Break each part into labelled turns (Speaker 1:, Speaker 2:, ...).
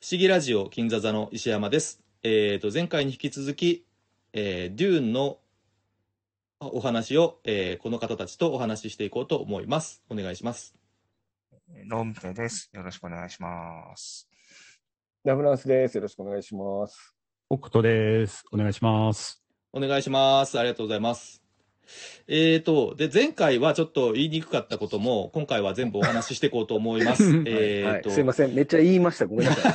Speaker 1: シギラジオ金座座の石山です。えっ、と、前回に引き続き、えーデューンのあお話を、えーこの方たちとお話ししていこうと思います。お願いします。
Speaker 2: ロンペです。よろしくお願いします。
Speaker 3: ラフランスです。よろしくお願いします。
Speaker 4: 北斗です。お願いします。
Speaker 1: お願いします。ありがとうございます。えっ、と、で、前回はちょっと言いにくかったことも、今回は全部お話ししていこうと思います
Speaker 4: はい。
Speaker 1: えっと、
Speaker 3: はい、すいません。めっちゃ言いました。ごめん なさい。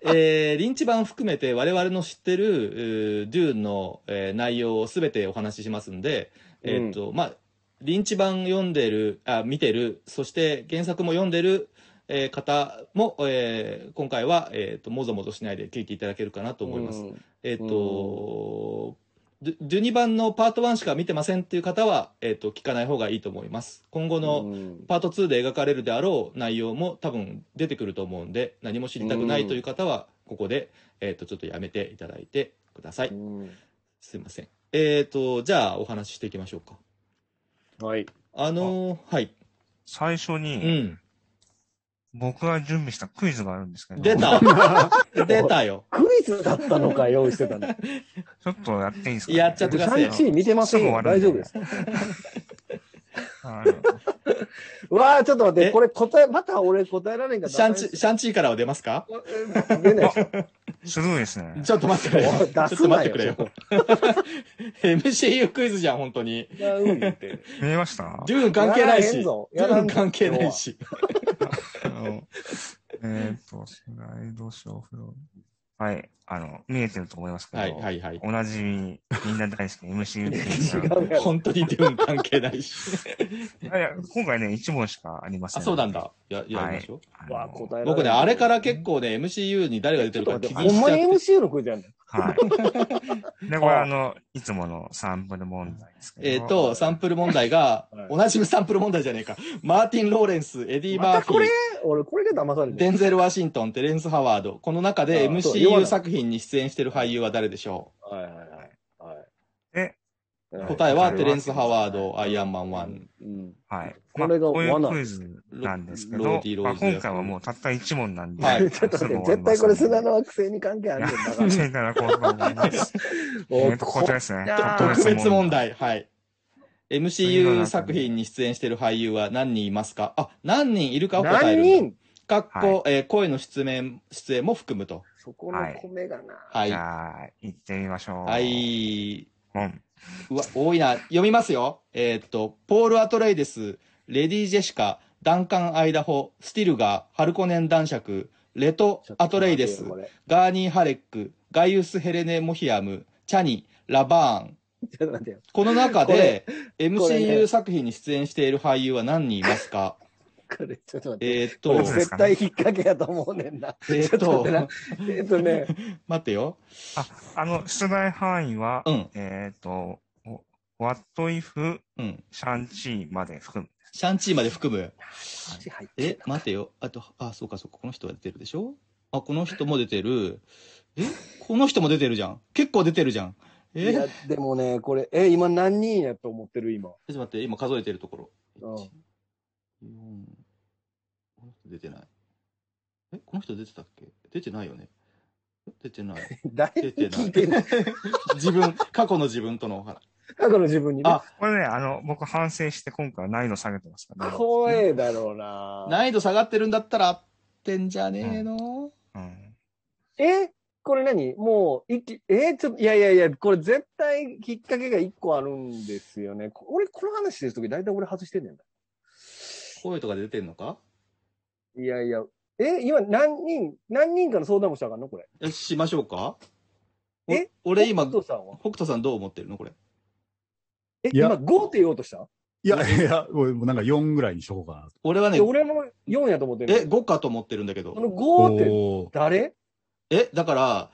Speaker 1: えー、リンチ版含めて我々の知ってる、えーデューンの、えー内容を全てお話ししますんで、えーっと、まあ、リンチ版読んでる、あ、見てる、そして原作も読んでる、えー方も、えー今回は、えーっと、もぞもぞしないで聞いていただけるかなと思います。
Speaker 3: うん
Speaker 1: えーっと、デュデュニ版のパート1しか見てませんっていう方は、えーっと、聞かない方がいいと思います。今後の、
Speaker 3: うん
Speaker 1: パート2で描かれるであろう内容も多分出てくると思うんで何も知りたくないという方はここで、えっとちょっとやめていただいてください、すいませんえっ、とじゃあお話ししていきましょうか
Speaker 3: はい。
Speaker 1: あのーはい
Speaker 2: 最初
Speaker 1: う
Speaker 2: に、
Speaker 1: ん
Speaker 2: 僕が準備したクイズがあるんですけど、
Speaker 1: 出
Speaker 2: ち
Speaker 1: た出たよ
Speaker 3: クイズだったのか、用意してたの。
Speaker 2: ょっとやっていいですか、
Speaker 1: やっちゃってください
Speaker 3: シャンチー見てませんよ。大丈夫です。。
Speaker 2: あの
Speaker 3: わあ、ちょっと待っ
Speaker 1: え
Speaker 3: て。これ答え、また俺答えられんか
Speaker 1: シャンチシャンチーからは出ますか
Speaker 3: ー。出ないでしょ。
Speaker 2: スルーですね。
Speaker 1: ちょっと待ってくれよ
Speaker 3: おい
Speaker 1: ちょっと
Speaker 3: 出すな
Speaker 1: 待って
Speaker 3: よ
Speaker 1: くれよ MCU クイズじゃん本当に
Speaker 3: 違うん 言って
Speaker 2: 見えました
Speaker 1: デューン関係ないし
Speaker 3: やらへん
Speaker 1: デュ
Speaker 3: ぞやら
Speaker 1: ー
Speaker 3: ん
Speaker 1: ン
Speaker 3: ぞ
Speaker 1: 関係ないし
Speaker 2: あのえーっと、スライドショーフロー。はい、あの、見えてると思いますけど、
Speaker 1: はいはいはい
Speaker 2: 同じみ、みんな大好き MCU クイズ
Speaker 3: 違うやろ。
Speaker 1: 本当にデューン関係ないし
Speaker 2: いやいや今回ね、一問しかありません。
Speaker 1: あそうなん。だややりましょう、
Speaker 2: あの
Speaker 3: わあ、答えられん
Speaker 1: 僕ね、あれから結構ね、MCU に誰が出て
Speaker 3: ちょっ
Speaker 1: る
Speaker 3: と
Speaker 1: か
Speaker 3: 待っ
Speaker 1: 気
Speaker 3: て、
Speaker 1: に
Speaker 3: ほん
Speaker 1: し
Speaker 3: ま
Speaker 1: ちゃって。
Speaker 3: に MC のクイズやんの
Speaker 2: はい。で、これ
Speaker 3: あ
Speaker 2: あの、いつものサンプル問題ですけど。
Speaker 1: えっ、と、サンプル問題が、
Speaker 3: はい
Speaker 1: 同じサンプル問題じゃねえか。マーティン・ローレンス、エディ・マ
Speaker 3: ま
Speaker 1: ー
Speaker 3: た
Speaker 1: フ
Speaker 3: こ
Speaker 1: ィー
Speaker 3: れ、俺、これで騙されて
Speaker 1: デンゼル・ワシントン、テレンス・ハワード。この中で
Speaker 3: あーそう言わな
Speaker 1: MCU
Speaker 3: い
Speaker 1: 作品に出演してる俳優は誰でしょ
Speaker 3: はいはいはいはい。
Speaker 2: え
Speaker 1: う
Speaker 3: はい
Speaker 1: 答えは
Speaker 2: はい
Speaker 1: テレンス・ハワード、
Speaker 3: はい
Speaker 1: アイアンマン1。
Speaker 3: うん
Speaker 2: はい。
Speaker 3: これ
Speaker 2: まあ、
Speaker 3: が
Speaker 2: こういう
Speaker 3: 罠
Speaker 2: クイズなんですけ
Speaker 1: ロロ
Speaker 2: ど
Speaker 1: ーディ、ロ
Speaker 2: ま
Speaker 1: ー
Speaker 2: あ、
Speaker 1: ズや
Speaker 2: 今回はもうたった1問なんで、
Speaker 1: はい
Speaker 3: ちょっと待
Speaker 2: すぐ
Speaker 3: って、
Speaker 2: 終わり
Speaker 3: 絶
Speaker 2: ま
Speaker 3: 対
Speaker 2: す
Speaker 3: これ砂の惑星に関係あるんだ
Speaker 2: や
Speaker 3: から。
Speaker 2: 正解はこう思 います。え
Speaker 3: お
Speaker 2: っと、こちらですね。
Speaker 3: あー
Speaker 1: 特別問
Speaker 2: 題。
Speaker 1: 題。はい。MCU 作品に出演してる俳優は何人いますかあ、何人いるかを答え
Speaker 3: 何
Speaker 1: る。
Speaker 3: 人
Speaker 1: かっこ、えー声の出演、出演も含むと。
Speaker 3: そこの米がな。
Speaker 1: は
Speaker 2: じ
Speaker 1: い。
Speaker 2: ゃあ、行ってみましょう。
Speaker 1: は。い。
Speaker 2: うん。
Speaker 1: うわ、多いな。読みますよ。えーっと、ポール・アトレイデス、レディ・ジェシカ、ダンカン・アイダホ、スティルガー、ハルコネン男爵、レト・アトレイデス、
Speaker 3: ち
Speaker 1: ガーニー・ハレック、ガイウス・ヘレネ・モヒアム、チャニ、ラバーン。
Speaker 3: ょっと待ってよ。
Speaker 1: この中で、
Speaker 3: これね
Speaker 1: MCU 作品に出演している俳優は何人いますか
Speaker 3: これ、ちょっと待って。
Speaker 1: えーっ
Speaker 3: ことれ、絶対引っ掛けやと思うねんな。
Speaker 1: えーっ
Speaker 3: ちょっと待
Speaker 1: と
Speaker 3: って、な。えっとね、
Speaker 1: 待ってよ。
Speaker 2: あ、あの、出題範囲は、
Speaker 1: うん、
Speaker 2: えっと、お What if
Speaker 1: うん。
Speaker 2: シャンチーまで含む。
Speaker 1: シャンチーまで含む。
Speaker 3: 入って
Speaker 1: え、待てよ。あと、あ、そうかそうか。この人は出てるでしょあ、この人も出てる。えこの人も出てるじゃん。結構出てるじゃん。え
Speaker 3: いや、でもね、これ、え、今何人やと思ってる今。
Speaker 1: ちょっと待って、今数えてるところ。
Speaker 3: うん
Speaker 1: 1 4この人出てない。え、この人出てたっけ出てないよね。出てない。
Speaker 3: 誰
Speaker 1: 出
Speaker 3: に
Speaker 1: て
Speaker 3: 聞いてん
Speaker 1: な
Speaker 3: の
Speaker 1: い。 自分、過去の自分とのお話。
Speaker 3: 過去の自分にね。
Speaker 1: あ
Speaker 2: これね、あの、僕反省して今回は難易度下げてますからね。
Speaker 3: 怖えだろうな。
Speaker 1: 難易度下がってるんだったら合ってんじゃねえの、
Speaker 2: うん。
Speaker 3: えこれ何もう、一気、えちょっと、いやいやいや、これ絶対きっかけが一個あるんですよね。こ俺、この話してるとき、大体俺外してんねんな。
Speaker 1: 声とか出てんのか
Speaker 3: いやいや、え今何人、何人かの相談もしたらあかんのこれ。
Speaker 1: えしましょうか
Speaker 3: え
Speaker 1: お俺今、北
Speaker 3: 北斗さんは
Speaker 1: 斗さんどう思ってるのこれ。
Speaker 3: え、
Speaker 4: いや
Speaker 3: 今5って言おうとした
Speaker 4: いや、いや、もうなんか4ぐらいにしとこうか
Speaker 1: 俺はいね
Speaker 3: や、俺も4やと思ってる。
Speaker 1: え、5かと思ってるんだけ
Speaker 3: そ
Speaker 1: ど。
Speaker 3: の
Speaker 4: な。
Speaker 3: 5って
Speaker 4: おー
Speaker 3: 誰
Speaker 1: え、だから、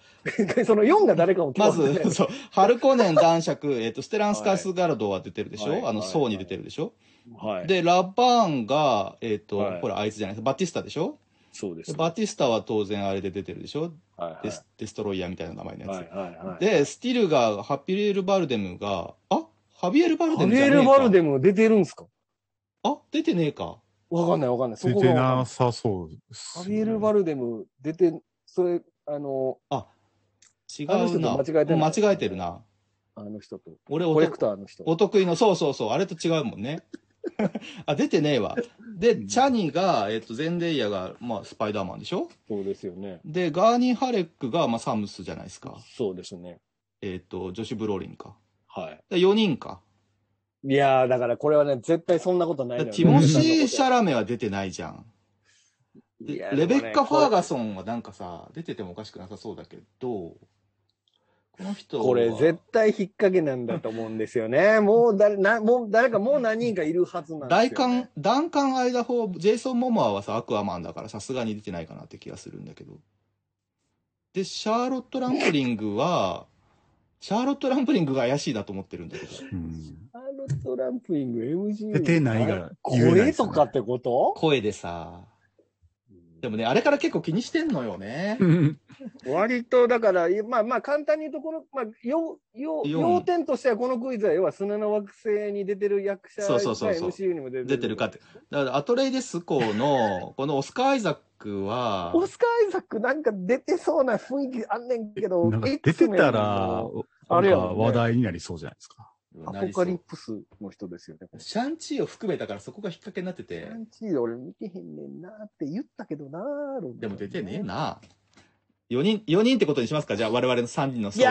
Speaker 3: その4が誰かも
Speaker 1: ま
Speaker 3: ってない
Speaker 1: ず、 そう、ハルコネン男爵、えっと、ステランス・カースガルドは出てるでしょ、
Speaker 3: はい
Speaker 1: あの、
Speaker 3: はい
Speaker 1: 層に出てるでしょ、
Speaker 3: はい。
Speaker 1: で、ラバーンが、えっ、と、
Speaker 3: はい
Speaker 1: ほら、あいつじゃないですバティスタでしょ
Speaker 3: そうで
Speaker 1: でバティスタは当然あれで出てるでしょ、
Speaker 3: はいはい
Speaker 1: デスデストロイヤーみたいな名前のやつ。
Speaker 3: はいはいはい。
Speaker 1: で、スティルが、ハピエル・バルデムが、あハビエル・バルデ
Speaker 3: ハ
Speaker 1: ムじ
Speaker 3: ビ
Speaker 1: ゃね
Speaker 3: エ
Speaker 1: えか。
Speaker 3: ル・バルデム出てるんすか
Speaker 1: あ、出てねえか。
Speaker 3: わかんないわかんない。そ
Speaker 2: 出
Speaker 3: こが
Speaker 2: て
Speaker 3: わかんな。
Speaker 2: ないさそうです
Speaker 3: ハ
Speaker 2: よね。
Speaker 3: ビエル・バルデム出て、それ、あの、
Speaker 1: 違
Speaker 3: あの人
Speaker 1: うな。
Speaker 3: と間違えてない
Speaker 1: もう間違えてるな。
Speaker 3: あの人と、
Speaker 1: 俺お
Speaker 3: コレク
Speaker 1: 得、
Speaker 3: ターの人。
Speaker 1: お得意の、そうそうそう、あれと違うもんね。 あ、出てねえわ。で、チャニが、えっと、ゼンデイヤが、まあ、スパイダーマンでしょ
Speaker 3: そうですよね。
Speaker 1: で、ガーニー・ハレックが、まあ、サムスじゃないですか。
Speaker 3: そうですね。
Speaker 1: えっと、ジョシュ・ブローリンか。
Speaker 3: は
Speaker 1: で4人か。
Speaker 3: い。いやー、だからこれはね、絶対そんなことない
Speaker 1: で
Speaker 3: のよ
Speaker 1: ティモシー・シャラメは出てないじゃん。
Speaker 3: い
Speaker 1: で
Speaker 3: や
Speaker 1: レベッカ・ファー
Speaker 3: でもね
Speaker 1: ガソンはなんかさ、出ててもおかしくなさそうだけど、この人は
Speaker 3: これ絶対引っ掛けなんだと思うんです よね。もう誰、な、もう誰か、もう何人かいるはずなんですよ、ね。
Speaker 1: 大韓、ダンカン・アイダホー、ジェイソン・モモアはさ、アクアマンだからさすがに出てないかなって気がするんだけど。で、シャーロット・ランプリングは、シャーロット・ランプリングが怪しいなと思ってるんだけど。
Speaker 4: うん
Speaker 3: アーロット・ランプリング、MG。
Speaker 4: 出てないから言えない
Speaker 3: 声
Speaker 4: です
Speaker 3: と
Speaker 4: ね
Speaker 3: かってこと
Speaker 1: 声でさ、でもね、あれから結構気にしてんのよね。
Speaker 3: 割と、だから、いまあまあ簡単に言うところ、まあ、要、要、
Speaker 1: 四
Speaker 3: 要点としてはこのクイズは、要は砂の惑星に出てる役者が
Speaker 1: そうそうそうそう
Speaker 3: MCU にも出てる。
Speaker 1: 出てるかって。。だから、アトレイデスコの、このオスカー・アイザックは、
Speaker 3: オスカー・アイザックなんか出てそうな雰囲気あんねんけど、
Speaker 4: なんか出
Speaker 3: X-Men の
Speaker 4: てたら、
Speaker 3: あ
Speaker 4: あ
Speaker 3: れ
Speaker 4: れ
Speaker 3: や
Speaker 4: は
Speaker 3: もんね
Speaker 4: 話題になりそうじゃないですか。
Speaker 3: アポカリプスの人ですよね。
Speaker 1: シャンチーを含めたからそこが引っ掛けになってて
Speaker 3: ラ、ンチー俺見てへんねんなって言ったけどな
Speaker 1: でも出てねえ。な。4人、四人ってことにしますかじゃあ我々の3人のス
Speaker 3: い
Speaker 1: トーリ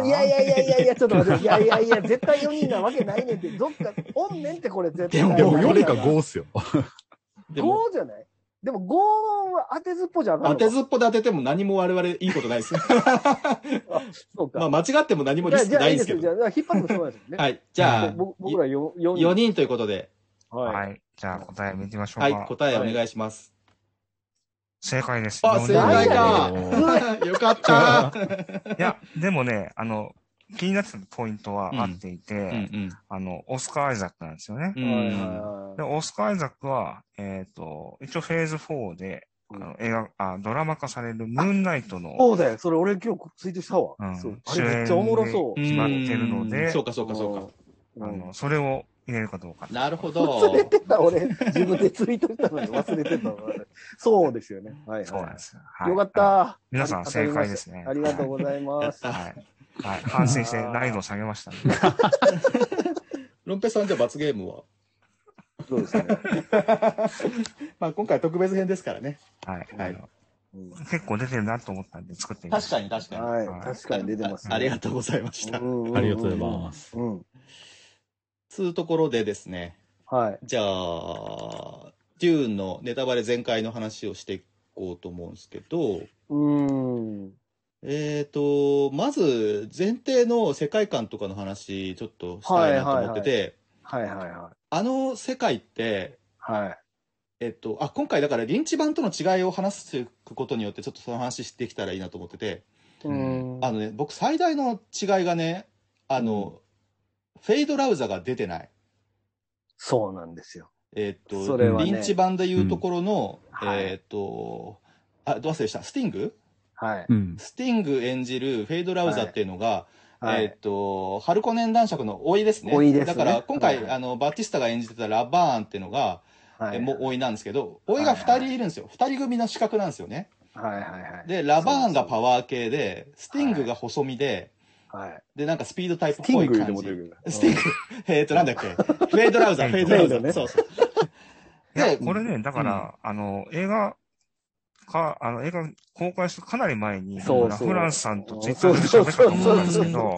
Speaker 1: ー
Speaker 3: ー、いやいやいやいやいや、ちょっと待って、いやいやいや、絶対4人なわけないねんって、どっか、おんねんってこれ絶対。
Speaker 1: でも
Speaker 4: でも
Speaker 1: よ
Speaker 4: 4
Speaker 1: り
Speaker 4: 人か5っすよ。
Speaker 1: でも、
Speaker 3: 5じゃないでも5は当てずっぽじゃない
Speaker 1: 当てずっぽで当てても何も我々いいことないです。
Speaker 3: そうか。
Speaker 1: まあ間違っても何も
Speaker 3: じゃ
Speaker 1: リ
Speaker 3: あ
Speaker 1: ス
Speaker 3: じ
Speaker 1: ク
Speaker 3: ゃあ
Speaker 1: ない
Speaker 3: い
Speaker 1: ん
Speaker 3: い
Speaker 1: で
Speaker 3: ですす
Speaker 1: け
Speaker 3: よ。じ
Speaker 1: ど。
Speaker 3: ゃあ、引っ張ってもしょうがないですよね。
Speaker 1: はい。じゃあ、
Speaker 3: 僕僕ら4
Speaker 1: 4
Speaker 3: 人。
Speaker 1: 人ということで、
Speaker 3: は。
Speaker 2: はいい。じゃあ答え見てみましょうか。
Speaker 1: はい、答えお願いします。
Speaker 2: 正解です。
Speaker 1: あ、
Speaker 2: 四
Speaker 1: 正
Speaker 2: 人
Speaker 1: 解
Speaker 3: だ
Speaker 1: だ よかった
Speaker 2: いや、でもね、あの、気になってたポイントは
Speaker 1: うん
Speaker 2: 合っていて、
Speaker 1: うん
Speaker 2: あの、オスカー・アイザックなんですよね。
Speaker 1: うん。う
Speaker 3: はいはい
Speaker 1: ん。
Speaker 3: は
Speaker 2: で、オスカー・アイザックは、えっ、と、一応フェーズ4で、あの映画あ、ドラマ化されるムーンナイト
Speaker 3: い。
Speaker 2: の
Speaker 3: そうだよ。それ俺今日ツイートしたわ。
Speaker 2: うん
Speaker 3: そうあれめっちゃおもろそう。
Speaker 2: 決まってるので
Speaker 1: うんそうかそうかそうか。
Speaker 2: あ
Speaker 3: うん
Speaker 2: の、それを入れるかどうか。
Speaker 1: なるほ
Speaker 3: 忘
Speaker 1: ど。
Speaker 3: れてた、俺。自分でツイートしたのに忘れてたわ。そうですよね。はい、はい。
Speaker 2: そうなんです。はい
Speaker 3: よかった。。
Speaker 2: 皆さん正解ですすね。
Speaker 3: ありがとうござい
Speaker 1: や
Speaker 3: ま
Speaker 1: っ
Speaker 3: す。
Speaker 1: た。
Speaker 2: はい。はい。反省して難易度を下げましたね、
Speaker 1: ロンペさんじゃあ罰ゲームは
Speaker 3: そうですね。
Speaker 1: まあ今回特別編ですからね。
Speaker 2: はい。
Speaker 1: は
Speaker 2: はいい。結構出てるなと思ったんで作ってみまし
Speaker 1: 確
Speaker 2: た。
Speaker 1: かに確かに。
Speaker 3: はい。
Speaker 2: はい
Speaker 3: 確かに出てます、
Speaker 1: あありがとうございました。
Speaker 4: ありがとうございます。
Speaker 3: す。うん。
Speaker 1: つうところでですね、
Speaker 3: はい。
Speaker 1: じゃあ、デューンのネタバレ全開の話をしていこうと思うんですけど、
Speaker 3: うん。
Speaker 1: えっ、と、まず前提の世界観とかの話、ちょっとしたいなと思ってて、
Speaker 3: はいはいは
Speaker 1: あの世界って、
Speaker 3: い。はい。
Speaker 1: えっと、あ今回だからリンチ版との違いを話すことによってちょっとその話してきたらいいなと思ってて、
Speaker 3: うん。
Speaker 1: あのね、僕最大の違いがね、あの、フェイドラウザが出てない。
Speaker 3: そうなんですよ。
Speaker 1: えーっと、
Speaker 3: それはね
Speaker 1: リンチ版でいうところの、
Speaker 3: うんはい
Speaker 1: えーっと、あ、どう忘れした、スティング
Speaker 3: はい。
Speaker 4: うん。
Speaker 1: スティング演じるフェイドラウザっていうのが、
Speaker 3: は
Speaker 1: えーっと、ハルコネン男爵の老いですね。
Speaker 3: 老いですね
Speaker 1: だから、今回、
Speaker 3: はい
Speaker 1: あの、バティスタが演じてたラバーンっていうのが、
Speaker 3: は
Speaker 1: え
Speaker 3: い。
Speaker 1: もう老いなんですけど、老いが2人いるんですよ。2人組の資格なんですよね。
Speaker 3: はいはいはい。
Speaker 1: で、ラバーンがパワー系で、スティングが細身で、
Speaker 3: はい。
Speaker 1: で、なんかスピードタイプ
Speaker 3: ス
Speaker 1: っ
Speaker 3: ティ
Speaker 1: ぽ
Speaker 3: ン
Speaker 1: い
Speaker 3: グで
Speaker 1: 感
Speaker 3: も出
Speaker 1: じ。
Speaker 3: るけど。
Speaker 1: スティング、 えーっと、なんだっけ、フェイドラウザ、フェイドラウザ。
Speaker 3: フェイドね
Speaker 1: そうそう。
Speaker 2: いや、これね、だから、あの、映画か、あの、映画公開するかなり前に、
Speaker 3: そうそう
Speaker 2: フランスさんとツイッターで喋ったと思うんですけど、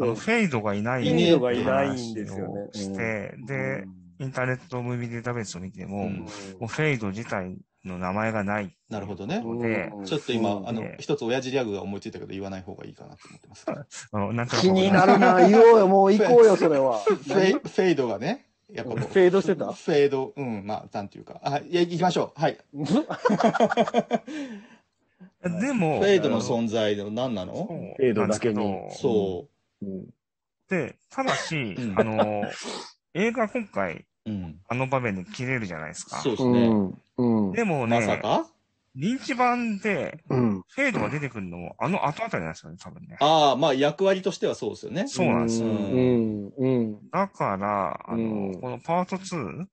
Speaker 2: あ
Speaker 3: う
Speaker 2: の、フェイドがいない
Speaker 1: フェイド
Speaker 3: がいないんですよね
Speaker 2: っていう話をして、で、、インターネットムービーデータベースを見ても、
Speaker 1: うん
Speaker 2: もうフェイド自体の名前がない。
Speaker 1: なるほどね。
Speaker 2: で
Speaker 1: ちょっと今、あの
Speaker 2: ね、
Speaker 1: 一つ親父ギャグが思いついたけど言わない方がいいかなと思って ます。フ
Speaker 2: あの、なんとなく
Speaker 3: 気になる な、言おうよ、もう行こうよ、それは。
Speaker 1: ェイ、フェイドがね、やっぱこう
Speaker 3: フェードしてた
Speaker 1: フェード、うん、まあ、なんていうか。あ、いや、行きましょう。はい。
Speaker 2: で
Speaker 1: フ
Speaker 2: も、
Speaker 1: ェードの存在の何なの
Speaker 2: そう
Speaker 3: フェードだけに
Speaker 2: なんですけど
Speaker 1: そ
Speaker 3: うん
Speaker 2: で、ただし
Speaker 1: う、ん
Speaker 2: あの、映画今回、
Speaker 1: う。うん。
Speaker 2: あの場面で切れるじゃないですか。
Speaker 1: そうです
Speaker 3: う
Speaker 1: ね。
Speaker 3: ん。うん。
Speaker 2: でも
Speaker 1: ま
Speaker 2: ね、
Speaker 1: さか
Speaker 2: リンチ版で、
Speaker 3: うん。
Speaker 2: フェードが出てくるのも、あの後あたりなんですよね、多分ね。
Speaker 1: ああ、まあ役割としてはそうですよね。
Speaker 2: そうなんですよ
Speaker 3: うん。うん。
Speaker 2: だから、あの、
Speaker 3: うん
Speaker 2: このパート2
Speaker 1: うん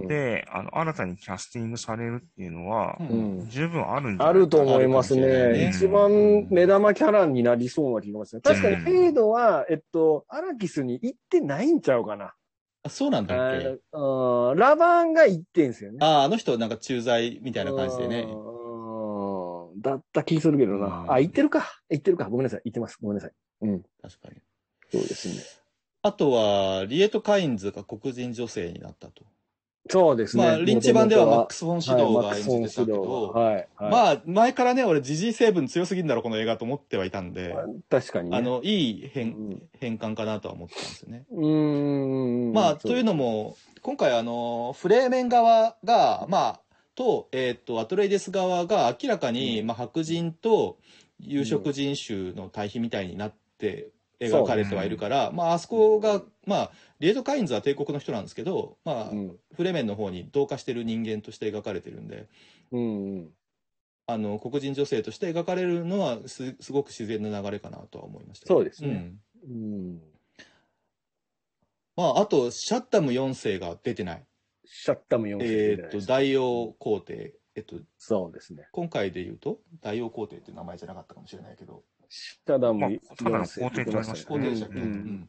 Speaker 3: うん。
Speaker 2: で、あの、新たにキャスティングされるっていうのは、
Speaker 1: う
Speaker 3: うんん。
Speaker 2: 十分あるんじゃな
Speaker 3: あ
Speaker 2: いかな
Speaker 3: ると思いますね。
Speaker 2: あるかもし
Speaker 3: 一
Speaker 2: れない
Speaker 3: 番目玉キャラになりそうな気がしますね。確かに
Speaker 2: うん
Speaker 3: フェードは、えっと、アラキスに行ってないんちゃうかな。
Speaker 1: あそうなん
Speaker 3: あ
Speaker 1: だっけ
Speaker 3: ーラバンが行ってんすよね。
Speaker 1: ああ、あの人なんか駐在みたいな感じでね。
Speaker 3: うんだった気するけどな
Speaker 4: う。ん
Speaker 3: あ、行ってるか。行ってるか。ごめんなさい。行ってます。ごめんなさい。
Speaker 1: 確かに。
Speaker 3: そうですね。
Speaker 1: あとは、リエト・カインズが黒人女性になったと。
Speaker 3: そうですね。
Speaker 1: まあ、リンチ版ではマック
Speaker 3: ス・
Speaker 1: ス・フォン・シドーが演じてたけど、まあ、前からね、俺、ジジイ成分強すぎんだろ、この映画と思ってはいたんで、
Speaker 3: 確かにね。
Speaker 1: あの、いい変、
Speaker 3: うん
Speaker 1: 変換かなとは思ってたんですよね。
Speaker 3: うーん。
Speaker 1: まあ、という
Speaker 3: の
Speaker 1: のも、今回、あの、フレーメン側が、まあ、と、えっ、と、アトレイデス側が明らかに、まあ、白人と有色人種の対比みたいになって描かれてはいるから、まあ、あそこが、まあ、リエト・カインズは帝国の人なんですけど、まあ、
Speaker 3: うん。
Speaker 1: フレーメンの方に同化してる人間として描かれてるんで、
Speaker 3: うんうん。
Speaker 1: あの、黒人女性として描かれるのはす、すごく自然な流れかなとは思いました。
Speaker 3: そうです
Speaker 1: う
Speaker 3: ね。
Speaker 1: ん。
Speaker 3: うん。
Speaker 1: まあ、あと、シャッタム4世が出てない。
Speaker 3: シャッタム4
Speaker 1: えーっと、大王皇帝。えっと、
Speaker 3: そうですね。
Speaker 1: 今回で言うと、大王皇帝って名前じゃなかったかもしれないけど、
Speaker 3: シャッタム
Speaker 2: まあ
Speaker 3: 4
Speaker 2: ただの皇帝となりましたね
Speaker 1: 皇帝でしたっけ、
Speaker 2: うん
Speaker 1: うん
Speaker 2: う